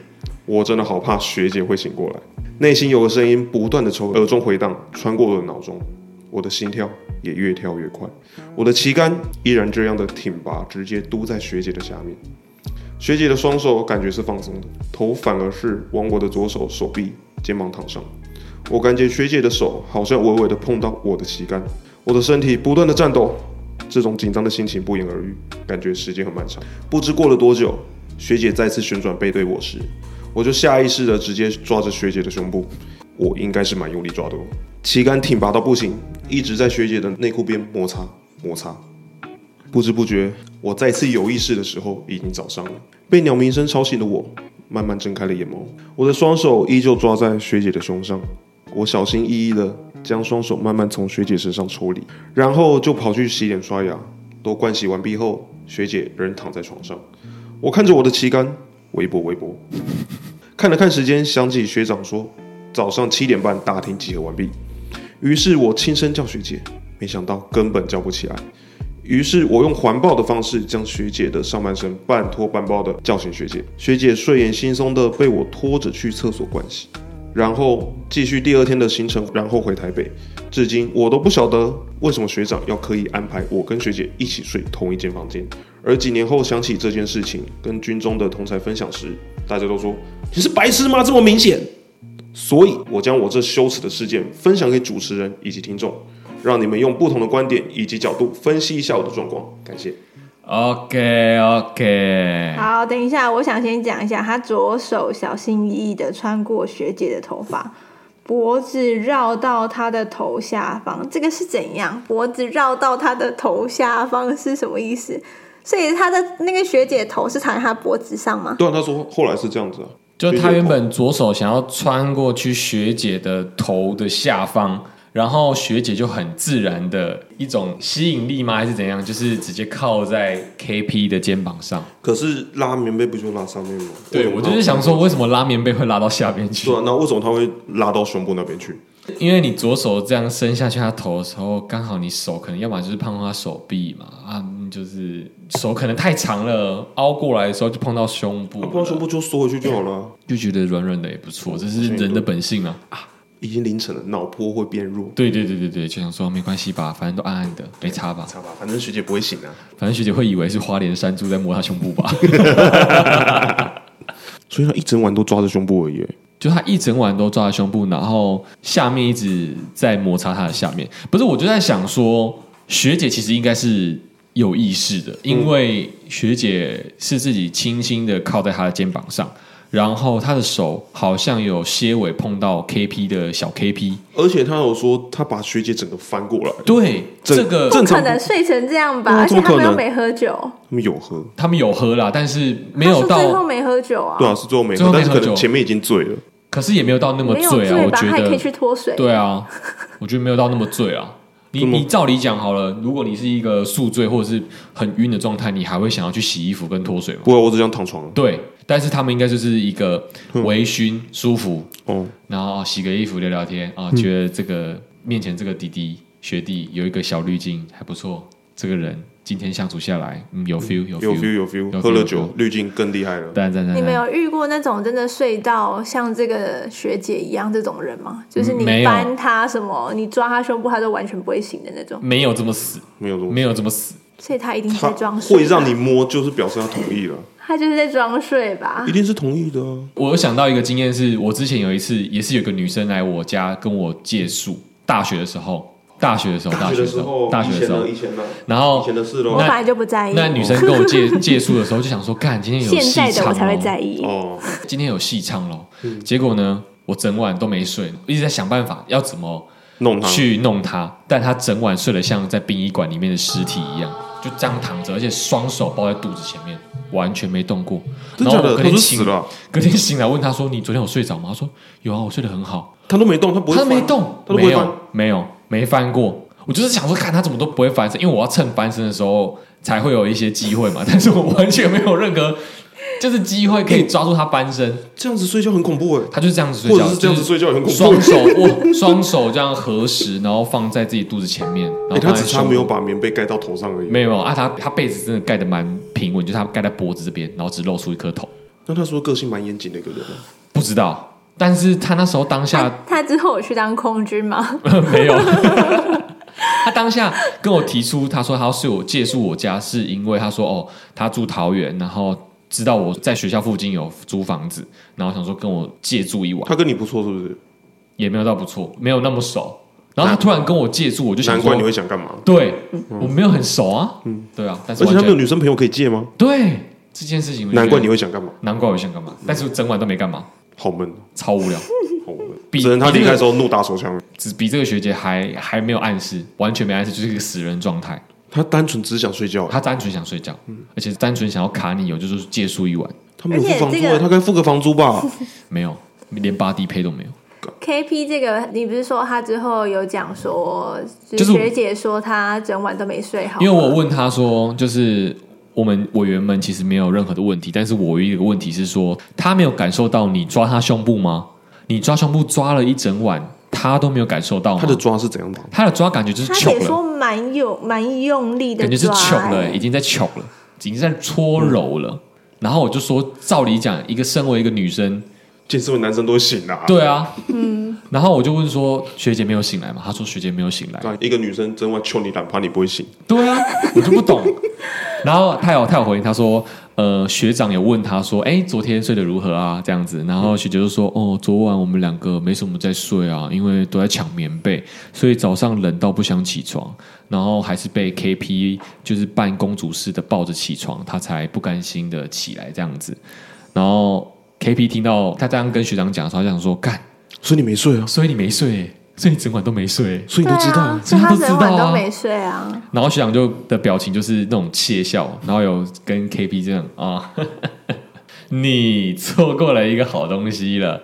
[SPEAKER 2] 我真的好怕学姐会醒过来。内心有个声音不断的从耳中回荡，穿过我的脑中，我的心跳也越跳越快，我的旗杆依然这样的挺拔，直接嘟在学姐的下面。学姐的双手感觉是放松的，头反而是往我的左手手臂、肩膀躺上。我感觉学姐的手好像微微的碰到我的旗杆，我的身体不断的颤抖，这种紧张的心情不言而喻，感觉时间很漫长。不知过了多久，学姐再次旋转背对我时，我就下意识的直接抓着学姐的胸部，我应该是蛮用力抓的哦，旗杆挺拔到不行，一直在学姐的内裤边摩擦摩擦。不知不觉，我再次有意识的时候已经早上了，被鸟鸣声吵醒的我，慢慢睁开了眼眸，我的双手依旧抓在学姐的胸上。我小心翼翼的将双手慢慢从学姐身上抽离，然后就跑去洗脸刷牙。都盥洗完毕后，学姐仍躺在床上。我看着我的旗杆，微博微博，看了看时间，想起学长说早上七点半大厅集合完毕，于是我轻声叫学姐，没想到根本叫不起来。于是我用环抱的方式将学姐的上半身半拖半抱的叫醒学姐，学姐睡眼惺忪的被我拖着去厕所盥洗。然后继续第二天的行程，然后回台北。至今我都不晓得为什么学长要刻意安排我跟学姐一起睡同一间房间。而几年后想起这件事情，跟军中的同才分享时，大家都说你是白痴吗？这么明显。所以，我将我这羞耻的事件分享给主持人以及听众，让你们用不同的观点以及角度分析一下我的状况。感谢。
[SPEAKER 1] OK OK，
[SPEAKER 3] 好，等一下，我想先讲一下，他左手小心翼翼的穿过学姐的头发，脖子绕到她的头下方，这个是怎样？脖子绕到她的头下方是什么意思？所以他的那个学姐头是躺在他脖子上吗？
[SPEAKER 2] 对啊，他说后来是这样子啊，
[SPEAKER 1] 就
[SPEAKER 2] 学姐
[SPEAKER 1] 他原
[SPEAKER 2] 头
[SPEAKER 1] 本左手想要穿过去学姐的头的下方，然后学姐就很自然的一种吸引力吗？还是怎样？就是直接靠在 KP 的肩膀上。
[SPEAKER 2] 可是拉棉被不就拉上面吗？
[SPEAKER 1] 对我就是想说，为什么拉棉被会拉到下边去
[SPEAKER 2] 对？啊，那为什么他会拉到胸部那边去？
[SPEAKER 1] 因为你左手这样伸下去他头的时候，刚好你 手可能要么就是碰到他手臂嘛，啊，嗯就是手可能太长了，凹过来的时候就碰到胸部
[SPEAKER 2] 那
[SPEAKER 1] 了，
[SPEAKER 2] 不然胸部就缩回去就好了啊。
[SPEAKER 1] 就觉得软软的也不错，这是人的本性啊。
[SPEAKER 2] 已经凌晨了，脑波会变弱。
[SPEAKER 1] 对对对对对，就想说没关系吧，反正都暗暗的，没差吧。
[SPEAKER 2] 擦吧，反正学姐不会醒啊。
[SPEAKER 1] 反正学姐会以为是花莲山猪在摸她胸部吧，
[SPEAKER 2] 所以她一整晚都抓着胸部而已。
[SPEAKER 1] 就她一整晚都抓着胸部，然后下面一直在摩擦她的下面。不是，我就在想说，学姐其实应该是有意识的，因为学姐是自己轻轻的靠在她的肩膀上，然后她的手好像有些尾碰到 KP 的小 KP。
[SPEAKER 2] 而且她有说，她把学姐整个翻过来，
[SPEAKER 1] 对，
[SPEAKER 2] 这
[SPEAKER 1] 这个
[SPEAKER 2] 正
[SPEAKER 3] 不可
[SPEAKER 2] 常
[SPEAKER 3] 能睡成这样吧？
[SPEAKER 2] 对啊
[SPEAKER 3] 而且他们
[SPEAKER 2] 怎
[SPEAKER 3] 又
[SPEAKER 2] 么可能
[SPEAKER 3] 没喝酒，
[SPEAKER 2] 他们有喝。
[SPEAKER 1] 他们有喝啦，但是没有
[SPEAKER 3] 他说最后
[SPEAKER 1] 到，
[SPEAKER 3] 没喝酒啊，
[SPEAKER 2] 对啊，是最后没
[SPEAKER 1] 最
[SPEAKER 2] 喝，
[SPEAKER 1] 后没
[SPEAKER 2] 但是可
[SPEAKER 1] 喝
[SPEAKER 2] 能
[SPEAKER 1] 酒
[SPEAKER 2] 前面已经醉了。
[SPEAKER 1] 可是也没有到那么
[SPEAKER 3] 没有
[SPEAKER 1] 醉啊。我
[SPEAKER 3] 吧？
[SPEAKER 1] 觉
[SPEAKER 3] 他还可以
[SPEAKER 1] 得
[SPEAKER 3] 去脱水，
[SPEAKER 1] 对啊，我觉得没有到那么醉啊。你
[SPEAKER 2] 这么
[SPEAKER 1] 你照理讲好了，如果你是一个宿醉或者是很晕的状态，你还会想要去洗衣服跟脱水吗？
[SPEAKER 2] 不过我只想躺床了。啊
[SPEAKER 1] 对，但是他们应该就是一个微醺、舒服，
[SPEAKER 2] 哦，
[SPEAKER 1] 然后啊洗个衣服聊聊天啊，觉得这个面前这个弟弟学弟有一个小滤镜还不错，这个人今天相处下来，嗯，有 feel 有
[SPEAKER 2] 有
[SPEAKER 1] feel，
[SPEAKER 2] feel 有 feel，
[SPEAKER 1] 有
[SPEAKER 2] 喝了
[SPEAKER 1] feel，有
[SPEAKER 2] 酒
[SPEAKER 1] feel
[SPEAKER 2] 滤镜更厉害了。
[SPEAKER 1] 赞赞赞
[SPEAKER 3] 你们
[SPEAKER 1] 赞，
[SPEAKER 3] 有遇过那种真的睡到像这个学姐一样这种人吗？就是
[SPEAKER 1] 嗯
[SPEAKER 3] 你
[SPEAKER 1] 没有
[SPEAKER 3] 搬她什么，你抓她胸部，她都完全不会醒的那种，
[SPEAKER 1] 没有这么死，
[SPEAKER 2] 没有这么
[SPEAKER 1] 没有这么死，
[SPEAKER 3] 所以她一定
[SPEAKER 2] 他
[SPEAKER 3] 在装睡。
[SPEAKER 2] 会让你，摸，就是表示他同意了，
[SPEAKER 1] 啊
[SPEAKER 3] 她就是在装睡吧
[SPEAKER 2] 一？定是同意的啊。
[SPEAKER 1] 我有想到一个经验是，我之前有一次也是有个女生来我家跟我借宿，大学的时候，大学的时候，大学的时候，大学的时候，
[SPEAKER 2] 前呢，
[SPEAKER 1] 然后
[SPEAKER 2] 的事
[SPEAKER 3] 我
[SPEAKER 1] 那
[SPEAKER 3] 本来就不在意，
[SPEAKER 1] 那女生跟我借借宿的时候就想说，干，今天有
[SPEAKER 3] 现
[SPEAKER 1] 戏
[SPEAKER 3] 在的
[SPEAKER 1] 唱
[SPEAKER 3] 我才会
[SPEAKER 1] 哦，
[SPEAKER 3] 在意。
[SPEAKER 2] 哦，
[SPEAKER 1] 今天有戏唱喽。结果呢，我整晚都没睡，一直在想办法要怎么
[SPEAKER 2] 弄他，
[SPEAKER 1] 去弄她，但她整晚睡得像在殡仪馆里面的尸体一样，就这样躺着，而且双手抱在肚子前面，完全没动过。
[SPEAKER 2] 真
[SPEAKER 1] 然
[SPEAKER 2] 假
[SPEAKER 1] 后我
[SPEAKER 2] 的，
[SPEAKER 1] 隔
[SPEAKER 2] 他
[SPEAKER 1] 天
[SPEAKER 2] 就死
[SPEAKER 1] 醒
[SPEAKER 2] 了啊，
[SPEAKER 1] 隔天醒来问他说：“你昨天有睡着吗？”他说：“有啊，我睡得很好。
[SPEAKER 2] 他都没动，他”不会
[SPEAKER 1] 他
[SPEAKER 2] 翻，
[SPEAKER 1] 没动，
[SPEAKER 2] 他都不
[SPEAKER 1] 没
[SPEAKER 2] 会翻
[SPEAKER 1] 有，没有，没翻过。我就是想说，看他怎么都不会翻身，因为我要趁翻身的时候才会有一些机会嘛。 但是我完全没有任何就是机会可以抓住他翻身，
[SPEAKER 2] 这样子睡觉很恐怖哎，
[SPEAKER 1] 他就这样子睡
[SPEAKER 2] 或
[SPEAKER 1] 觉，
[SPEAKER 2] 者是这样子睡觉也很
[SPEAKER 1] 就
[SPEAKER 2] 恐
[SPEAKER 1] 是
[SPEAKER 2] 怖
[SPEAKER 1] 双。手握， 双手这样合十，然后放在自己肚子前面，然
[SPEAKER 2] 哎，
[SPEAKER 1] 后
[SPEAKER 2] 他
[SPEAKER 1] 放在
[SPEAKER 2] 只差
[SPEAKER 1] 胸
[SPEAKER 2] 没有
[SPEAKER 1] 部。
[SPEAKER 2] 把棉被盖到头上而已。
[SPEAKER 1] 没有啊，他他被子真的盖得蛮平稳，就是他盖在脖子这边，然后只露出一颗头。
[SPEAKER 2] 那他说个性蛮严谨的一个人啊，
[SPEAKER 1] 不知道，但是他那时候当下
[SPEAKER 3] 她她之后有去当空 军吗？
[SPEAKER 1] 没有。他当下跟我提出，他说他要睡我借宿我家，是因为他说哦，他住桃园，然后知道我在学校附近有租房子，然后想说跟我借住一晚，
[SPEAKER 2] 他跟你不错是不是？
[SPEAKER 1] 也没有到不错，没有那么熟。然后他突然跟我借住，我就想
[SPEAKER 2] 难怪你
[SPEAKER 1] 说，
[SPEAKER 2] 会想干嘛？
[SPEAKER 1] 对我没有很熟啊，对啊，但是
[SPEAKER 2] 而且
[SPEAKER 1] 完
[SPEAKER 2] 他没有
[SPEAKER 1] 全
[SPEAKER 2] 女生朋友可以借吗？
[SPEAKER 1] 对这件事情，我就觉得
[SPEAKER 2] 难怪你会想干嘛？
[SPEAKER 1] 嗯 难怪我想干嘛，但是整晚都没干嘛，
[SPEAKER 2] 好闷哦，
[SPEAKER 1] 超无聊，
[SPEAKER 2] 好闷。哦
[SPEAKER 1] 比
[SPEAKER 2] 只能他
[SPEAKER 1] 比
[SPEAKER 2] 离
[SPEAKER 1] 这个
[SPEAKER 2] 开的时候怒打手枪，
[SPEAKER 1] 只比这个学姐还还没有暗示，完全没暗示，就是一个死人状态。
[SPEAKER 2] 他单纯只想睡觉欸，
[SPEAKER 1] 他单纯想睡觉，而且单纯想要卡你有，就是借宿一晚，
[SPEAKER 2] 他没有付房租
[SPEAKER 3] 而且这
[SPEAKER 2] 欸，
[SPEAKER 3] 个啊
[SPEAKER 2] 他该付个房租吧？
[SPEAKER 1] 没有，连八 D 配都没有。
[SPEAKER 3] KP 这个，你不是说她之后有讲说，就
[SPEAKER 1] 就是
[SPEAKER 3] 是
[SPEAKER 1] 我
[SPEAKER 3] 学姐说她整晚都没睡好吗，
[SPEAKER 1] 因为我问他说，就是我们委员们其实没有任何的问题，但是我有一个问题是说，他没有感受到你抓他胸部吗？你抓胸部抓了一整晚，他都没有感受到吗？
[SPEAKER 2] 他的抓是怎样的？
[SPEAKER 1] 他的抓感觉就是
[SPEAKER 3] 她
[SPEAKER 1] 穷
[SPEAKER 3] 姐
[SPEAKER 1] 了，
[SPEAKER 3] 说蛮有蛮用力的
[SPEAKER 1] 感觉是
[SPEAKER 3] 抓、
[SPEAKER 1] 穷了，
[SPEAKER 3] 欸
[SPEAKER 1] 已经在穷了，已经在搓揉了。然后我就说，照理讲，一个身为一个女生，
[SPEAKER 2] 健身的男生都会醒的啊。
[SPEAKER 1] 对啊，
[SPEAKER 3] 嗯
[SPEAKER 1] 然后我就问说，学姐没有醒来吗？她说学姐没有醒来。
[SPEAKER 2] 啊，一个女生整晚求你懒趴，你不会醒。
[SPEAKER 1] 对啊，我就不懂。 然后他有他有回应，他说，呃，学长有问他说，哎，昨天睡得如何啊？这样子，然后学姐就说，哦，昨晚我们两个没什么在睡啊，因为都在抢棉被，所以早上冷到不想起床，然后还是被 KP 就是扮公主似的抱着起床，他才不甘心的起来这样子。然后 KP 听到他这样跟学长讲的时候，他想说，干，
[SPEAKER 2] 所以你没睡啊？
[SPEAKER 1] 所以你没睡耶，所以你整晚都没睡耶。
[SPEAKER 2] 所以你都知道啊，
[SPEAKER 3] 啊所以
[SPEAKER 1] 你都
[SPEAKER 3] 她
[SPEAKER 1] 知
[SPEAKER 3] 整晚
[SPEAKER 1] 道啊
[SPEAKER 3] 都没睡啊。
[SPEAKER 1] 然后学长就的表情就是那种窃笑，然后有跟 KP 这样啊，你错过了一个好东西了。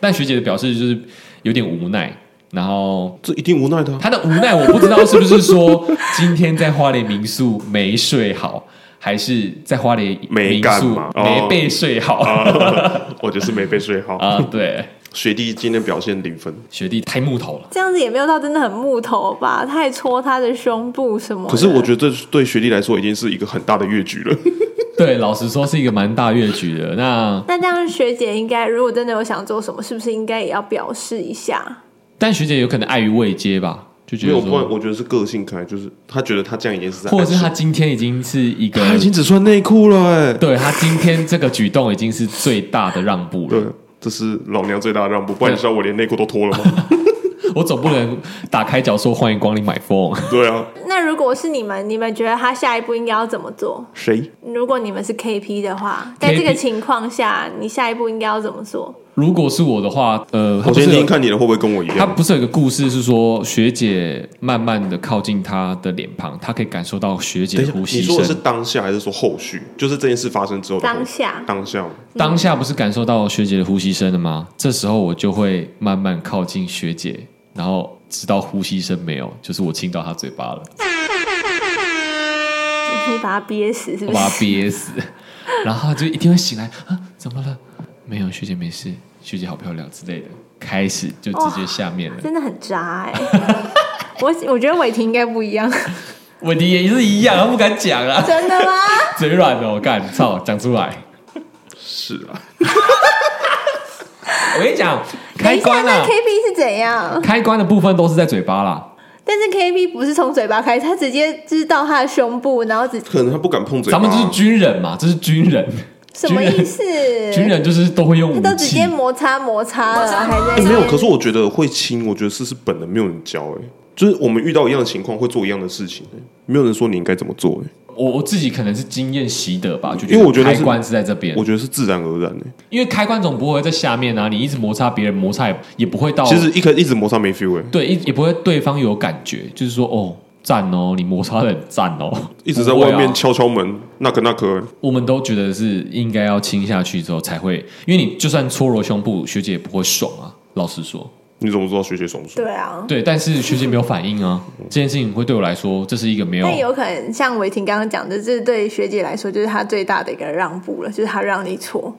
[SPEAKER 1] 但学姐的表示就是有点无奈，然后
[SPEAKER 2] 这一定无奈的啊、
[SPEAKER 1] 他的无奈，我不知道是不是说今天在花莲民宿没睡好，还是在花莲
[SPEAKER 2] 没
[SPEAKER 1] 民
[SPEAKER 2] 干
[SPEAKER 1] 宿
[SPEAKER 2] 嘛哦
[SPEAKER 1] 没被睡好啊、
[SPEAKER 2] 我就是没被睡好。
[SPEAKER 1] 对，
[SPEAKER 2] 学弟今天表现零分，
[SPEAKER 1] 学弟太木头了，
[SPEAKER 3] 这样子也没有到真的很木头吧？他还戳他的胸部什么的？
[SPEAKER 2] 可是我觉得这对学弟来说已经是一个很大的越局 了。
[SPEAKER 1] 对，老实说是一个蛮大越局的。那
[SPEAKER 3] 那这样学姐应该，如果真的有想做什么，是不是应该也要表示一下？
[SPEAKER 1] 但学姐有可能碍于未接吧，就觉
[SPEAKER 2] 没有，
[SPEAKER 1] 得
[SPEAKER 2] 不然
[SPEAKER 1] 说，
[SPEAKER 2] 我觉得是个性可爱，就是他觉得他这样已经是在暗
[SPEAKER 1] 或
[SPEAKER 2] 示，
[SPEAKER 1] 者是他今天已经是一个，
[SPEAKER 2] 他已经只穿内裤了、哎，
[SPEAKER 1] 对他今天这个举动已经是最大的让步
[SPEAKER 2] 对
[SPEAKER 1] 了。，
[SPEAKER 2] 这是老娘最大的让步，不然你知道我连内裤都脱 了吗？
[SPEAKER 1] 我总不能打开脚说欢迎光临买 phone。
[SPEAKER 2] 对啊，
[SPEAKER 3] 那如果是你们，你们觉得他下一步应该要怎么做？
[SPEAKER 2] 谁？
[SPEAKER 3] 如果你们是 KP 的话，在这个情况下，你下一步应该要怎么做？
[SPEAKER 1] 如果是我的话，呃，他不
[SPEAKER 2] 我
[SPEAKER 1] 是
[SPEAKER 2] 先
[SPEAKER 1] 有
[SPEAKER 2] 听看你的会不会跟我一
[SPEAKER 1] 他
[SPEAKER 2] 样？
[SPEAKER 1] 不是有一个故事是说，学姐慢慢的靠近他的脸庞，他可以感受到学姐
[SPEAKER 2] 等一
[SPEAKER 1] 的
[SPEAKER 2] 下，
[SPEAKER 1] 呼吸
[SPEAKER 2] 你说的是
[SPEAKER 1] 声。
[SPEAKER 2] 当下还是说后续？就是这件事发生之后的后
[SPEAKER 3] 当下
[SPEAKER 2] 当下。
[SPEAKER 1] 当下不是感受到学姐的呼吸声了吗？这时候我就会慢慢靠近学姐，然后直到呼吸声没有，就是我亲到她嘴巴了，
[SPEAKER 3] 你把他憋死，是
[SPEAKER 1] 我
[SPEAKER 3] 不是
[SPEAKER 1] 把她？憋死， 然后她就一定会醒来啊，怎么了？没有，学姐没事，学姐好漂亮之类的，开始就直接下面了。
[SPEAKER 3] 真的很渣哎、 我我觉得伟霆应该不一样，
[SPEAKER 1] 问题也是一样，她不敢讲 啊，
[SPEAKER 3] 真的吗？
[SPEAKER 1] 嘴软哦，干操，讲出来。
[SPEAKER 2] 是啊，
[SPEAKER 1] 我跟你讲，
[SPEAKER 3] 等
[SPEAKER 1] 开
[SPEAKER 3] 一下，
[SPEAKER 1] 关
[SPEAKER 3] 那
[SPEAKER 1] 啊，
[SPEAKER 3] KP 是怎样？
[SPEAKER 1] 开关的部分都是在嘴巴啦。
[SPEAKER 3] 但是 KP 不是从嘴巴开始，他直接知道他的胸部，然后只
[SPEAKER 2] 可能他不敢碰嘴巴。
[SPEAKER 1] 咱们就是军人嘛，这是军人，
[SPEAKER 3] 什么意思？
[SPEAKER 1] 军人就是都会用
[SPEAKER 3] 他
[SPEAKER 1] 武
[SPEAKER 3] 都直
[SPEAKER 1] 器
[SPEAKER 3] 接。摩擦摩擦了，还在那
[SPEAKER 2] 哎
[SPEAKER 3] 边
[SPEAKER 2] 没有，可是我觉得会亲，我觉得这是本能，没有人教哎、就是我们遇到一样的情况，会做一样的事情、哎没有人说你应该怎么做、哎
[SPEAKER 1] 我我自己可能是经验习得吧，就
[SPEAKER 2] 因为我觉得
[SPEAKER 1] 开
[SPEAKER 2] 是
[SPEAKER 1] 关是在这边
[SPEAKER 2] 我，觉得是自然而然的、哎
[SPEAKER 1] 因为开关总不会在下面啊，你一直摩擦别人，摩擦也也不会到，
[SPEAKER 2] 其实一开一直摩擦没 feel 哎、
[SPEAKER 1] 对，一也不会对方有感觉，就是说哦。赞哦，你摩擦的很赞哦，
[SPEAKER 2] 一直在
[SPEAKER 1] 不会
[SPEAKER 2] 外
[SPEAKER 1] 啊
[SPEAKER 2] 面敲敲门，那个那个、哎
[SPEAKER 1] 我们都觉得是应该要亲下去之后才会，因为你就算搓揉胸部，学姐也不会爽啊。老实说，
[SPEAKER 2] 你怎么知道学姐爽不爽？
[SPEAKER 3] 对啊，
[SPEAKER 1] 对，但是学姐没有反应啊，
[SPEAKER 2] 嗯
[SPEAKER 1] 这件事情会对我来说，这是一个没有
[SPEAKER 3] 但有可能像伟霆刚刚讲的，这对学姐来说就是她最大的一个让步了，就是她让你搓。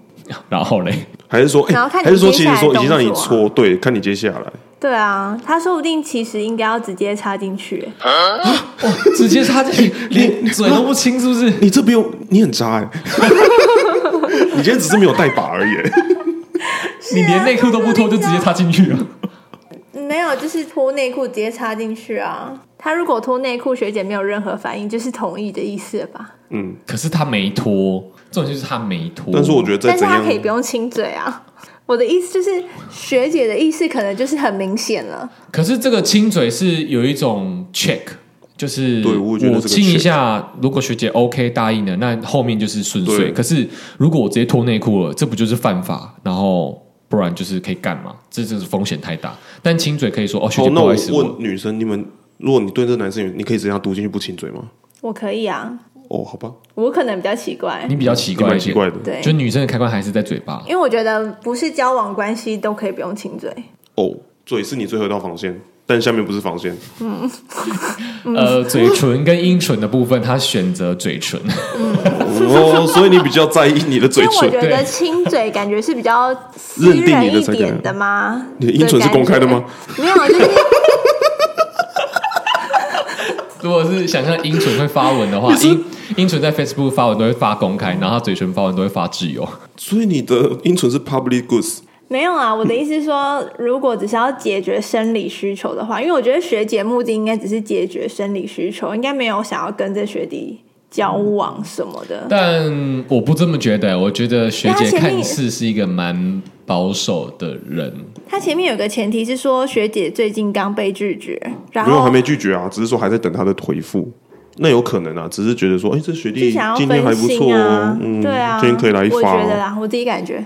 [SPEAKER 1] 然后嘞，
[SPEAKER 2] 还是说，哎、
[SPEAKER 3] 然后看你
[SPEAKER 2] 还是说，
[SPEAKER 3] 接
[SPEAKER 2] 其
[SPEAKER 3] 下
[SPEAKER 2] 实
[SPEAKER 3] 来
[SPEAKER 2] 说已经让你
[SPEAKER 3] 动作啊
[SPEAKER 2] 搓，对，看你接下来。
[SPEAKER 3] 对啊，她说不定其实应该要直接插进去。
[SPEAKER 1] 直接插进 去，连嘴都不亲，是不是？
[SPEAKER 2] 你这不用，你很渣 哎、你今天只是没有带把而已、哎
[SPEAKER 1] 你连内裤都不脱就
[SPEAKER 5] 啊
[SPEAKER 1] 直接插进 去了？
[SPEAKER 3] 没有，就是脱内裤直接插进去啊。她如果脱内裤，学姐没有任何反应，就是同意的意思了吧？
[SPEAKER 2] 嗯，
[SPEAKER 1] 可是他没脱，重点就是他没脱。
[SPEAKER 2] 但是我觉得再
[SPEAKER 3] 但是
[SPEAKER 2] 怎
[SPEAKER 3] 她
[SPEAKER 2] 样
[SPEAKER 3] 可，以不用亲嘴啊。我的意思就是，学姐的意思可能就是很明显了。
[SPEAKER 1] 可是这个亲嘴是有一种 check，就是
[SPEAKER 2] 对我也觉得这个
[SPEAKER 1] 亲一下，如果学姐 OK 答应了，那后面就是顺遂。
[SPEAKER 2] 对
[SPEAKER 1] 可是如果我直接脱内裤了，这不就是犯法？然后。不然就是可以干嘛？这就是风险太大。但亲嘴可以说哦，学姐
[SPEAKER 2] 好，
[SPEAKER 1] 不
[SPEAKER 2] 那
[SPEAKER 1] 好
[SPEAKER 2] 我
[SPEAKER 1] 意思，
[SPEAKER 2] 问女生，你们如果你对这男生有，你可以直接让他读进去不亲嘴吗？
[SPEAKER 3] 我可以啊，
[SPEAKER 2] 哦，好吧，
[SPEAKER 3] 我可能比较奇怪
[SPEAKER 1] 你，比较奇
[SPEAKER 2] 你
[SPEAKER 1] 怪
[SPEAKER 2] 蛮
[SPEAKER 1] 一
[SPEAKER 2] 奇
[SPEAKER 1] 点，
[SPEAKER 2] 怪的。
[SPEAKER 3] 对，
[SPEAKER 1] 就女生的开关还是在嘴巴。
[SPEAKER 3] 因为我觉得不是交往关系都可以不用亲嘴。
[SPEAKER 2] 哦，嘴是你最后一道防线，但下面不是防线。
[SPEAKER 1] 呃，嘴唇跟阴唇的部分，他选择嘴唇。
[SPEAKER 2] 哦， 所以你比较在意你的嘴
[SPEAKER 3] 因为我
[SPEAKER 2] 唇，
[SPEAKER 3] 觉
[SPEAKER 1] 对
[SPEAKER 3] 得亲嘴感觉是比较私
[SPEAKER 2] 认定你
[SPEAKER 3] 人
[SPEAKER 2] 的
[SPEAKER 3] 一
[SPEAKER 2] 才可以
[SPEAKER 3] 点的吗？
[SPEAKER 2] 你的阴唇是公开的吗
[SPEAKER 3] 的感觉？没有，就是
[SPEAKER 1] 如果是想象英纯会发文的话，英英纯在 Facebook 发文都会发公开，然后他嘴唇发文都会发自由。
[SPEAKER 2] 所以你的阴唇是 public goods。
[SPEAKER 3] 没有啊。我的意思是说，如果只是要解决生理需求的话，因为我觉得学姐目的应该只是解决生理需求，应该没有想要跟这学弟交往什么的。
[SPEAKER 1] 但我不这么觉得，我觉得学姐
[SPEAKER 3] 因为他前面
[SPEAKER 1] 看似是一个蛮保守的人，
[SPEAKER 3] 他前面有个前提是说，学姐最近刚被拒绝，然
[SPEAKER 2] 没有，
[SPEAKER 3] 后
[SPEAKER 2] 还没拒绝啊，只是说还在等他的回复。那有可能啊，只是觉得说，哎、这学弟
[SPEAKER 3] 就想要
[SPEAKER 2] 今天还
[SPEAKER 3] 分
[SPEAKER 2] 不
[SPEAKER 3] 心
[SPEAKER 2] 错
[SPEAKER 3] 啊
[SPEAKER 2] 哦，，嗯，
[SPEAKER 3] 对啊，
[SPEAKER 2] 今天可以来一
[SPEAKER 3] 我
[SPEAKER 2] 发、
[SPEAKER 3] 觉得
[SPEAKER 2] 哦。
[SPEAKER 3] 啦，我自己感觉。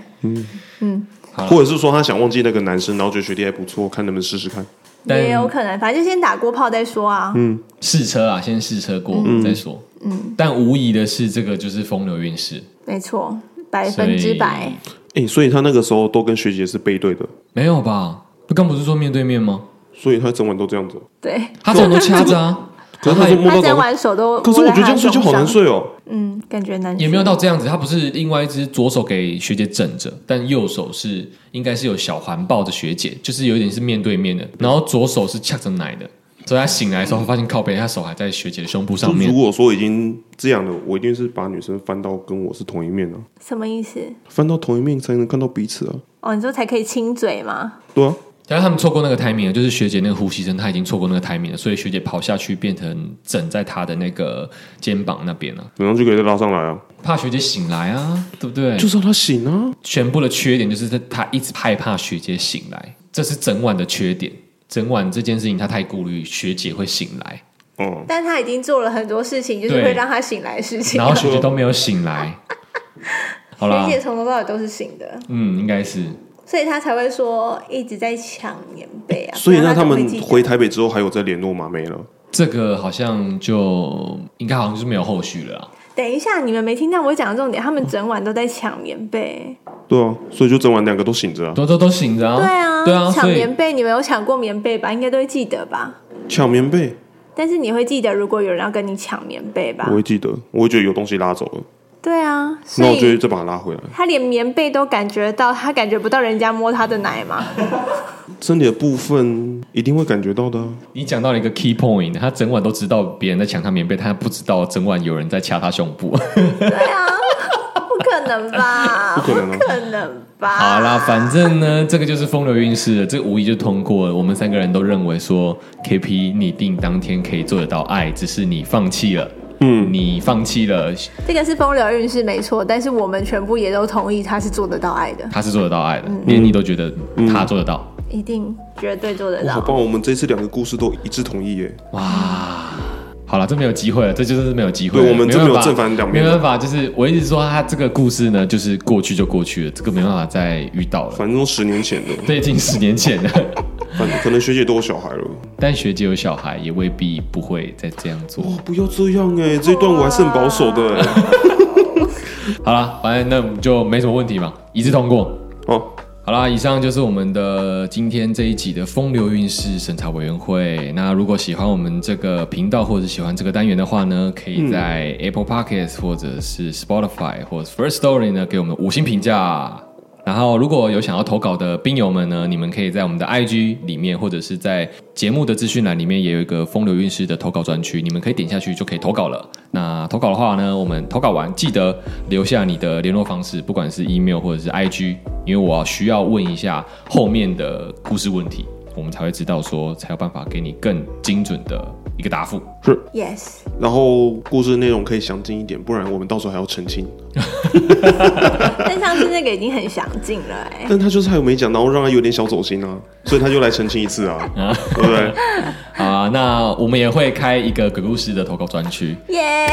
[SPEAKER 2] 或者是说他想忘记那个男生，然后觉得学弟还不错，看能不能试试看。
[SPEAKER 1] 但
[SPEAKER 3] 也有可能，反正就先打过炮再说啊。
[SPEAKER 2] 嗯
[SPEAKER 1] 试车啊，先试车过、再说。嗯，但无疑的是，这个就是风流韵事。
[SPEAKER 3] 没错，百分之百。
[SPEAKER 2] 哎、所以他那个时候都跟学姐是背对的，
[SPEAKER 1] 没有吧？不刚不是说面对面吗？
[SPEAKER 2] 所以他整晚都这样子。
[SPEAKER 3] 对，
[SPEAKER 1] 他总都掐着啊，
[SPEAKER 2] 可
[SPEAKER 1] 可是
[SPEAKER 2] 是
[SPEAKER 1] 他
[SPEAKER 2] 他说
[SPEAKER 1] 也
[SPEAKER 2] 摸
[SPEAKER 3] 他
[SPEAKER 2] 到
[SPEAKER 3] 整
[SPEAKER 2] 早，
[SPEAKER 3] 晚手都，
[SPEAKER 2] 可是我觉得这样睡觉好难。睡哦。
[SPEAKER 3] 嗯，感觉难睡。
[SPEAKER 1] 也没有到这样子，他不是另外一只左手给学姐枕着，但右手是应该是有小环抱着学姐，就是有一点是面对面的，然后左手是掐着奶的，所以他醒来的时候发现靠背，他手还在学姐的胸部
[SPEAKER 2] 就
[SPEAKER 1] 上
[SPEAKER 2] 如
[SPEAKER 1] 面。
[SPEAKER 2] 果说已经这样了，我一定是把女生翻到跟我是同一面啊，
[SPEAKER 3] 什么意思？
[SPEAKER 2] 翻到同一面才能看到彼此啊。
[SPEAKER 3] 哦，你说才可以亲嘴吗？
[SPEAKER 2] 对啊，
[SPEAKER 1] 但是他们错过那个 timing 了，就是学姐那个呼吸声，他已经错过那个 timing 了，所以学姐跑下去变成枕在他的那个肩膀那边了、
[SPEAKER 2] 然后就可以再拉上来啊，
[SPEAKER 1] 怕学姐醒来啊，对不对？
[SPEAKER 2] 就是让他醒啊。
[SPEAKER 1] 全部的缺点就是他一直害怕学姐醒来，这是整晚的缺点。整晚这件事情他太顾虑学姐会醒来，
[SPEAKER 2] 哦、
[SPEAKER 3] 但他已经做了很多事情，就是
[SPEAKER 1] 对
[SPEAKER 3] 会让他醒来的事情。
[SPEAKER 1] 然后学姐都没有醒 来。好啦
[SPEAKER 3] 学，姐从头到尾都是醒的，
[SPEAKER 1] 嗯，应该是
[SPEAKER 3] 所以他才会说一直在抢棉被啊。
[SPEAKER 2] 所以
[SPEAKER 3] 不
[SPEAKER 2] 那
[SPEAKER 3] 然
[SPEAKER 2] 他
[SPEAKER 3] 她总会
[SPEAKER 2] 们
[SPEAKER 3] 计较
[SPEAKER 2] 回台北之后还有再联络吗？没了。
[SPEAKER 1] 这个好像就应该好像就是没有后续了啦。
[SPEAKER 3] 等一下，你们没听到我讲的重点，他们整晚都在抢棉被。
[SPEAKER 2] 对啊，所以就整晚两个都醒着啊。
[SPEAKER 1] 都都都醒着啊，
[SPEAKER 3] 对啊，
[SPEAKER 1] 对啊，
[SPEAKER 3] 抢
[SPEAKER 1] 所以
[SPEAKER 3] 棉被，你们有抢过棉被吧？应该都会记得吧？
[SPEAKER 2] 抢棉被，
[SPEAKER 3] 但是你会记得，如果有人要跟你抢棉被吧
[SPEAKER 2] 我？会记得，我会觉得有东西拉走了，
[SPEAKER 3] 对啊，所
[SPEAKER 2] 那我就会
[SPEAKER 3] 以
[SPEAKER 2] 再把它拉回来。
[SPEAKER 3] 他连棉被都感觉到，他感觉不到人家摸他的奶 嘛？
[SPEAKER 2] 身体的部分一定会感觉到的、啊。
[SPEAKER 1] 你讲到了一个 key point，他整晚都知道别人在抢他棉被，他不知道整晚有人在掐他胸 部。
[SPEAKER 3] 对啊，不可能吧？
[SPEAKER 2] 不可能啊
[SPEAKER 3] 不可能吧？
[SPEAKER 1] 好啦，反正呢，这个就是风流韵事了，这个无疑就通过了。我们三个人都认为说，KP 拟定当天可以做得到爱，只是你放弃了。嗯，你放弃了，
[SPEAKER 3] 这个是风流韵事没错，但是我们全部也都同意他是做得到爱的，
[SPEAKER 1] 他是做得到爱的，连你都觉得他做得到。
[SPEAKER 3] 一定绝对做得
[SPEAKER 2] 哇，好
[SPEAKER 3] 到。
[SPEAKER 2] 棒！我们这次两个故事都一致同意耶。
[SPEAKER 1] 哇，好了，这没有机会了，这就是没有机会了。
[SPEAKER 2] 对我们这
[SPEAKER 1] 没
[SPEAKER 2] 没有
[SPEAKER 1] 办法
[SPEAKER 2] 正反两面
[SPEAKER 1] 没办法，就是我一直说他这个故事呢，就是过去就过去了，这个没办法再遇到了。
[SPEAKER 2] 反正都十年前的，
[SPEAKER 1] 这已经十年前了，
[SPEAKER 2] 反可能学姐都有小孩了。
[SPEAKER 1] 但学姐有小孩，也未必不会再这样做。
[SPEAKER 2] 哇，不要这样哎，这一段我还是很保守的 哎。
[SPEAKER 1] 好啦，反正那我们就没什么问题嘛，一致通过。
[SPEAKER 2] 哦，
[SPEAKER 1] 好啦，以上就是我们的今天这一集的风流韵事审查委员会。那如果喜欢我们这个频道或者喜欢这个单元的话呢，可以在 Apple Podcasts 或者是 Spotify 或者 First Story 呢给我们五星评价。然后，如果有想要投稿的兵友们呢，你们可以在我们的 IG 里面，或者是在节目的资讯栏里面，也有一个风流韵事的投稿专区，你们可以点下去就可以投稿了。那投稿的话呢，我们投稿完记得留下你的联络方式，不管是 email 或者是 IG，因为我需要问一下后面的故事问题，我们才会知道
[SPEAKER 3] 哦
[SPEAKER 1] 说才有办法给你更精准的一个答复。
[SPEAKER 3] Yes，
[SPEAKER 2] 然后故事内容可以详尽一点，不然我们到时候还要澄清。
[SPEAKER 3] 但上次那个已经很详尽了哎、
[SPEAKER 2] 但他就是还有没讲，然后让他有点小走心啊，所以他就来澄清一次 啊，
[SPEAKER 1] 嗯
[SPEAKER 2] 对不对？
[SPEAKER 1] 好啊，那我们也会开一个鬼故事的投稿专区。
[SPEAKER 3] 耶、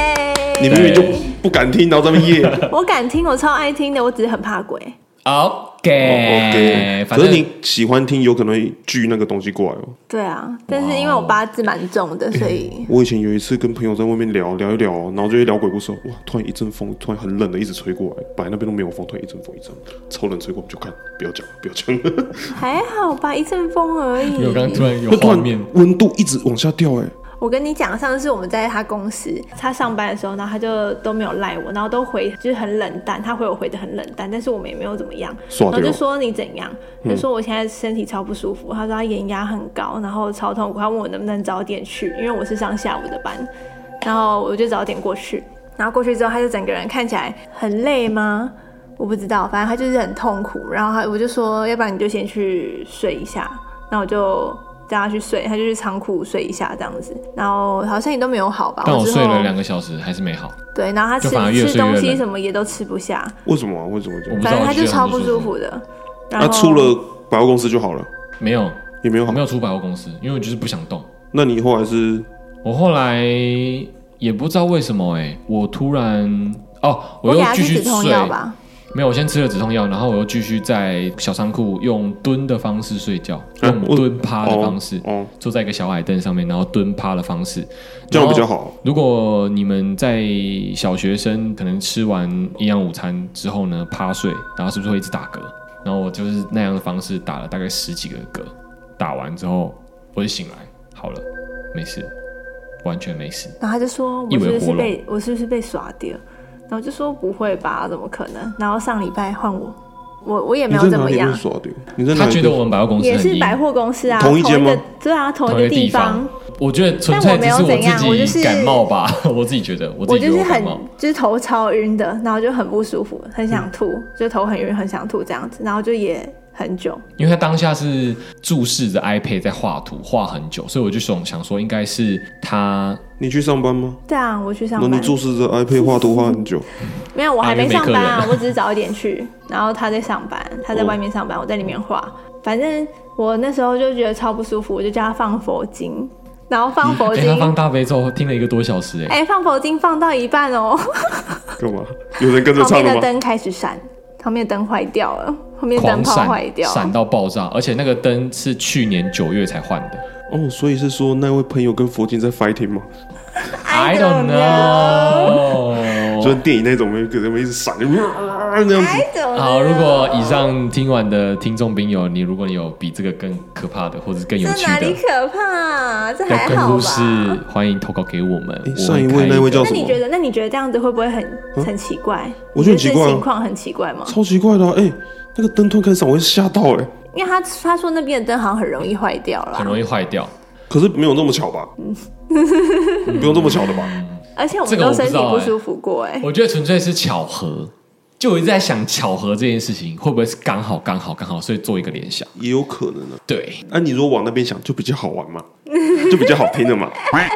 [SPEAKER 2] 你明明就不敢听，然后在那边耶。
[SPEAKER 3] 我敢听，我超爱听的，我只是很怕鬼。
[SPEAKER 1] OK，,
[SPEAKER 2] 哦 OK，
[SPEAKER 1] 反
[SPEAKER 2] 可是
[SPEAKER 1] 正
[SPEAKER 2] 你喜欢听，有可能会聚那个东西过来哦。
[SPEAKER 3] 对啊，但是因为我八字蛮重的，所以
[SPEAKER 2] 我以前有一次跟朋友在外面聊聊一聊，然后就会聊鬼故事，哇，突然一阵风，突然很冷的一直吹过来，本来那边都没有风，突然一阵风，一阵风超冷吹过，我们就看，不要讲，不 要讲，
[SPEAKER 3] 还好吧，一阵风而
[SPEAKER 1] 因为我刚刚
[SPEAKER 3] 已。
[SPEAKER 1] 突然有
[SPEAKER 2] 那突
[SPEAKER 1] 画面
[SPEAKER 2] 然。温度一直往下掉、哎，
[SPEAKER 3] 我跟你讲，上次我们在他公司，他上班的时候，然后他就都没有赖我，然后都回就是很冷淡，他回我回的很冷淡，但是我们也没有嗯怎么样。
[SPEAKER 2] 刷
[SPEAKER 3] 然后
[SPEAKER 2] 掉
[SPEAKER 3] 就，说你怎样？就说我现在身体超不舒服。他说他眼压很高，然后超痛苦。他问我能不能早点去，因为我是上下午的班，然后我就早点过去。然后过去之后，他就整个人看起来很累吗？我不知道，反正他就是很痛苦。然后他我就说，要不然你就先去睡一下。那我就叫他去睡，他就去仓库睡一下这样子。然后好像也都没有好吧？
[SPEAKER 1] 但我
[SPEAKER 3] 之
[SPEAKER 1] 睡
[SPEAKER 3] 后
[SPEAKER 1] 了两个小时还是没好，
[SPEAKER 3] 对，然后他
[SPEAKER 1] 就反而越
[SPEAKER 3] 吃吃
[SPEAKER 1] 睡越
[SPEAKER 3] 东西
[SPEAKER 1] 冷
[SPEAKER 3] 什么也都吃不下，
[SPEAKER 2] 为什么、啊？为什么会这样？
[SPEAKER 1] 不知道
[SPEAKER 3] 反正他
[SPEAKER 1] 就
[SPEAKER 3] 就
[SPEAKER 1] 觉得很
[SPEAKER 3] 超
[SPEAKER 1] 不
[SPEAKER 3] 不
[SPEAKER 1] 舒
[SPEAKER 3] 舒
[SPEAKER 1] 服
[SPEAKER 3] 服的。然
[SPEAKER 2] 那、
[SPEAKER 3] 后
[SPEAKER 2] 出了百货公司就好了，
[SPEAKER 1] 没有，
[SPEAKER 2] 也没有
[SPEAKER 1] 我
[SPEAKER 2] 好
[SPEAKER 1] 没。有出百货公司，因为我就是不想动。
[SPEAKER 2] 那你以后还是
[SPEAKER 1] 我后来也不知道为什么、欸，我突然哦，
[SPEAKER 3] 我
[SPEAKER 1] 又
[SPEAKER 3] 给他
[SPEAKER 1] 继
[SPEAKER 3] 吃
[SPEAKER 1] 续
[SPEAKER 3] 止痛
[SPEAKER 1] 睡，
[SPEAKER 3] 药吧。
[SPEAKER 1] 没有，我先吃了止痛药，然后我又继续在小仓库用蹲的方式睡觉，用
[SPEAKER 2] 啊我
[SPEAKER 1] 蹲趴的方式，
[SPEAKER 2] 哦，
[SPEAKER 1] 坐在一个小矮凳上面，然后蹲趴的方式，
[SPEAKER 2] 这样比较
[SPEAKER 1] 好。
[SPEAKER 2] 好。
[SPEAKER 1] 如果你们在小学生可能吃完营养午餐之后呢，趴睡，然后是不是会一直打嗝？然后我就是那样的方式打了大概十几个嗝，打完之后我就醒来，好了，没事，完全没事。
[SPEAKER 3] 然后他就说：“我
[SPEAKER 1] 一尾活
[SPEAKER 3] 是不是
[SPEAKER 1] 龙
[SPEAKER 3] 被我是不是被耍掉？”然后我就说：“不会吧，怎么可能？”然后上礼拜换我，我我也没
[SPEAKER 2] 你
[SPEAKER 3] 有
[SPEAKER 2] 在
[SPEAKER 3] 怎
[SPEAKER 2] 哪
[SPEAKER 3] 么
[SPEAKER 2] 里
[SPEAKER 3] 样
[SPEAKER 2] 被，耍丢？你在哪
[SPEAKER 1] 他
[SPEAKER 2] 里
[SPEAKER 1] 觉
[SPEAKER 2] 被
[SPEAKER 1] 得我们百货公司
[SPEAKER 3] 也
[SPEAKER 1] 很
[SPEAKER 3] 是
[SPEAKER 1] 硬，
[SPEAKER 3] 百货公司啊，
[SPEAKER 2] 同一间吗
[SPEAKER 3] 个对啊，同
[SPEAKER 1] 同
[SPEAKER 3] 一
[SPEAKER 1] 一
[SPEAKER 3] 个
[SPEAKER 1] 个地
[SPEAKER 3] 方。。
[SPEAKER 1] 我觉得纯粹
[SPEAKER 3] 但我没
[SPEAKER 1] 只
[SPEAKER 3] 有
[SPEAKER 1] 是
[SPEAKER 3] 怎样我
[SPEAKER 1] 自
[SPEAKER 3] 就是
[SPEAKER 1] 己感冒吧， 我自己觉得，我自
[SPEAKER 3] 我
[SPEAKER 1] 己觉
[SPEAKER 3] 就
[SPEAKER 1] 得
[SPEAKER 3] 是
[SPEAKER 1] 我感
[SPEAKER 3] 很
[SPEAKER 1] 冒。
[SPEAKER 3] 就是头超晕的，然后就很不舒服，很想吐，就头很晕，很想吐这样子，然后就也很久。
[SPEAKER 1] 因为他当下是注视着 iPad 在画图，画很久，所以我就想想说，应该是他
[SPEAKER 2] 你去上班吗？
[SPEAKER 3] 对啊，我去上
[SPEAKER 2] 那
[SPEAKER 3] 班，
[SPEAKER 2] 你注视着 iPad 画图画很久，
[SPEAKER 3] 没有，我
[SPEAKER 1] 啊
[SPEAKER 3] 还
[SPEAKER 1] 因为
[SPEAKER 3] 没
[SPEAKER 1] 没
[SPEAKER 3] 上
[SPEAKER 1] 客
[SPEAKER 3] 班
[SPEAKER 1] 人
[SPEAKER 3] 啊
[SPEAKER 1] 啊，
[SPEAKER 3] 我只是早一点去，然后他在上班，他在
[SPEAKER 2] 哦
[SPEAKER 3] 外面上班，我在里面画。反正我那时候就觉得超不舒服，我就叫他放佛经，然后放佛
[SPEAKER 1] 哎、
[SPEAKER 3] 经
[SPEAKER 1] 他，放大悲咒听了一个多小时、哎、
[SPEAKER 3] 哎、放佛经放到一半 哦，
[SPEAKER 2] 干嘛？有人跟着
[SPEAKER 3] 旁
[SPEAKER 2] 唱
[SPEAKER 3] 边
[SPEAKER 2] 了
[SPEAKER 3] 的
[SPEAKER 2] 吗？
[SPEAKER 3] 灯开始闪，旁边的灯坏掉了，旁边灯
[SPEAKER 1] 狂
[SPEAKER 3] 泡
[SPEAKER 1] 闪
[SPEAKER 3] 坏掉，
[SPEAKER 1] 闪到爆炸，而且那个灯是去年九月才换的。
[SPEAKER 2] 哦，所以是说那位朋友跟佛经在 fighting 吗？
[SPEAKER 3] I don't
[SPEAKER 1] know
[SPEAKER 2] 就像电影那种，没给他们一直闪，啊那样子。
[SPEAKER 3] 哦哎，怎么 了
[SPEAKER 1] 好，如果以上听完的听众朋友，你如果你有比这个更可怕的，或者是更有
[SPEAKER 3] 这
[SPEAKER 1] 趣
[SPEAKER 3] 哪
[SPEAKER 1] 的
[SPEAKER 3] 里，可怕、啊？这还
[SPEAKER 1] 对更
[SPEAKER 3] 好
[SPEAKER 1] 入
[SPEAKER 3] 吧？
[SPEAKER 1] 世，欢迎投稿给我们。我
[SPEAKER 2] 哎
[SPEAKER 1] 们
[SPEAKER 2] 上一
[SPEAKER 1] 开
[SPEAKER 2] 位那
[SPEAKER 1] 个
[SPEAKER 2] 位叫
[SPEAKER 3] 那
[SPEAKER 2] 什
[SPEAKER 3] 你
[SPEAKER 2] 么？
[SPEAKER 3] 觉得，那你觉得这样子会不会很、
[SPEAKER 1] 嗯
[SPEAKER 3] 很奇怪？
[SPEAKER 2] 我觉得很
[SPEAKER 3] 你
[SPEAKER 2] 奇怪啊
[SPEAKER 3] 这情况很奇怪吗？
[SPEAKER 2] 超奇怪的啊、哎、那个灯突然开始闪，我会吓到哎、
[SPEAKER 3] 因为他他说那边的灯好像很容易坏掉了，
[SPEAKER 1] 很容易坏掉，
[SPEAKER 2] 可是没有那么巧吧？
[SPEAKER 3] 嗯
[SPEAKER 2] 不用这么巧的吧？
[SPEAKER 3] 而且我
[SPEAKER 1] 这个
[SPEAKER 3] 们都
[SPEAKER 1] 我不
[SPEAKER 3] 身
[SPEAKER 1] 知
[SPEAKER 3] 体
[SPEAKER 1] 道
[SPEAKER 3] 不
[SPEAKER 1] 哎
[SPEAKER 3] 舒服过哎、
[SPEAKER 1] 我觉得纯粹是巧合。就我一直在想巧合这件事情会不会是刚好刚好刚好，所以做一个联想。
[SPEAKER 2] 也有可能啊。
[SPEAKER 1] 对，
[SPEAKER 2] 啊，你如果往那边想，就比较好玩嘛，就比较好听的 嘛。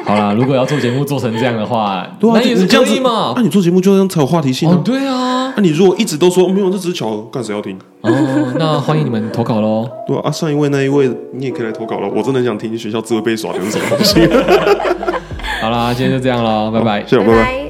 [SPEAKER 1] 好啦，如果要做节目做成这样的话，
[SPEAKER 2] 对啊，
[SPEAKER 1] 那也
[SPEAKER 2] 就是你这
[SPEAKER 1] 可
[SPEAKER 2] 样
[SPEAKER 1] 以
[SPEAKER 2] 子
[SPEAKER 1] 嘛
[SPEAKER 2] 啊，。你做节目就这样才有话题性
[SPEAKER 1] 哦，
[SPEAKER 2] 啊。
[SPEAKER 1] 对啊，
[SPEAKER 2] 啊，你如果一直都说没有，这只是巧合，看谁要听？
[SPEAKER 1] 哦，那欢迎你们投稿喽。
[SPEAKER 2] 对啊啊，上一位那一位，你也可以来投稿了。我真的很想听学校智慧被耍的是什么东西。
[SPEAKER 1] 好啦，今天就这样喽，拜拜。
[SPEAKER 2] 谢谢，拜拜。
[SPEAKER 3] 拜。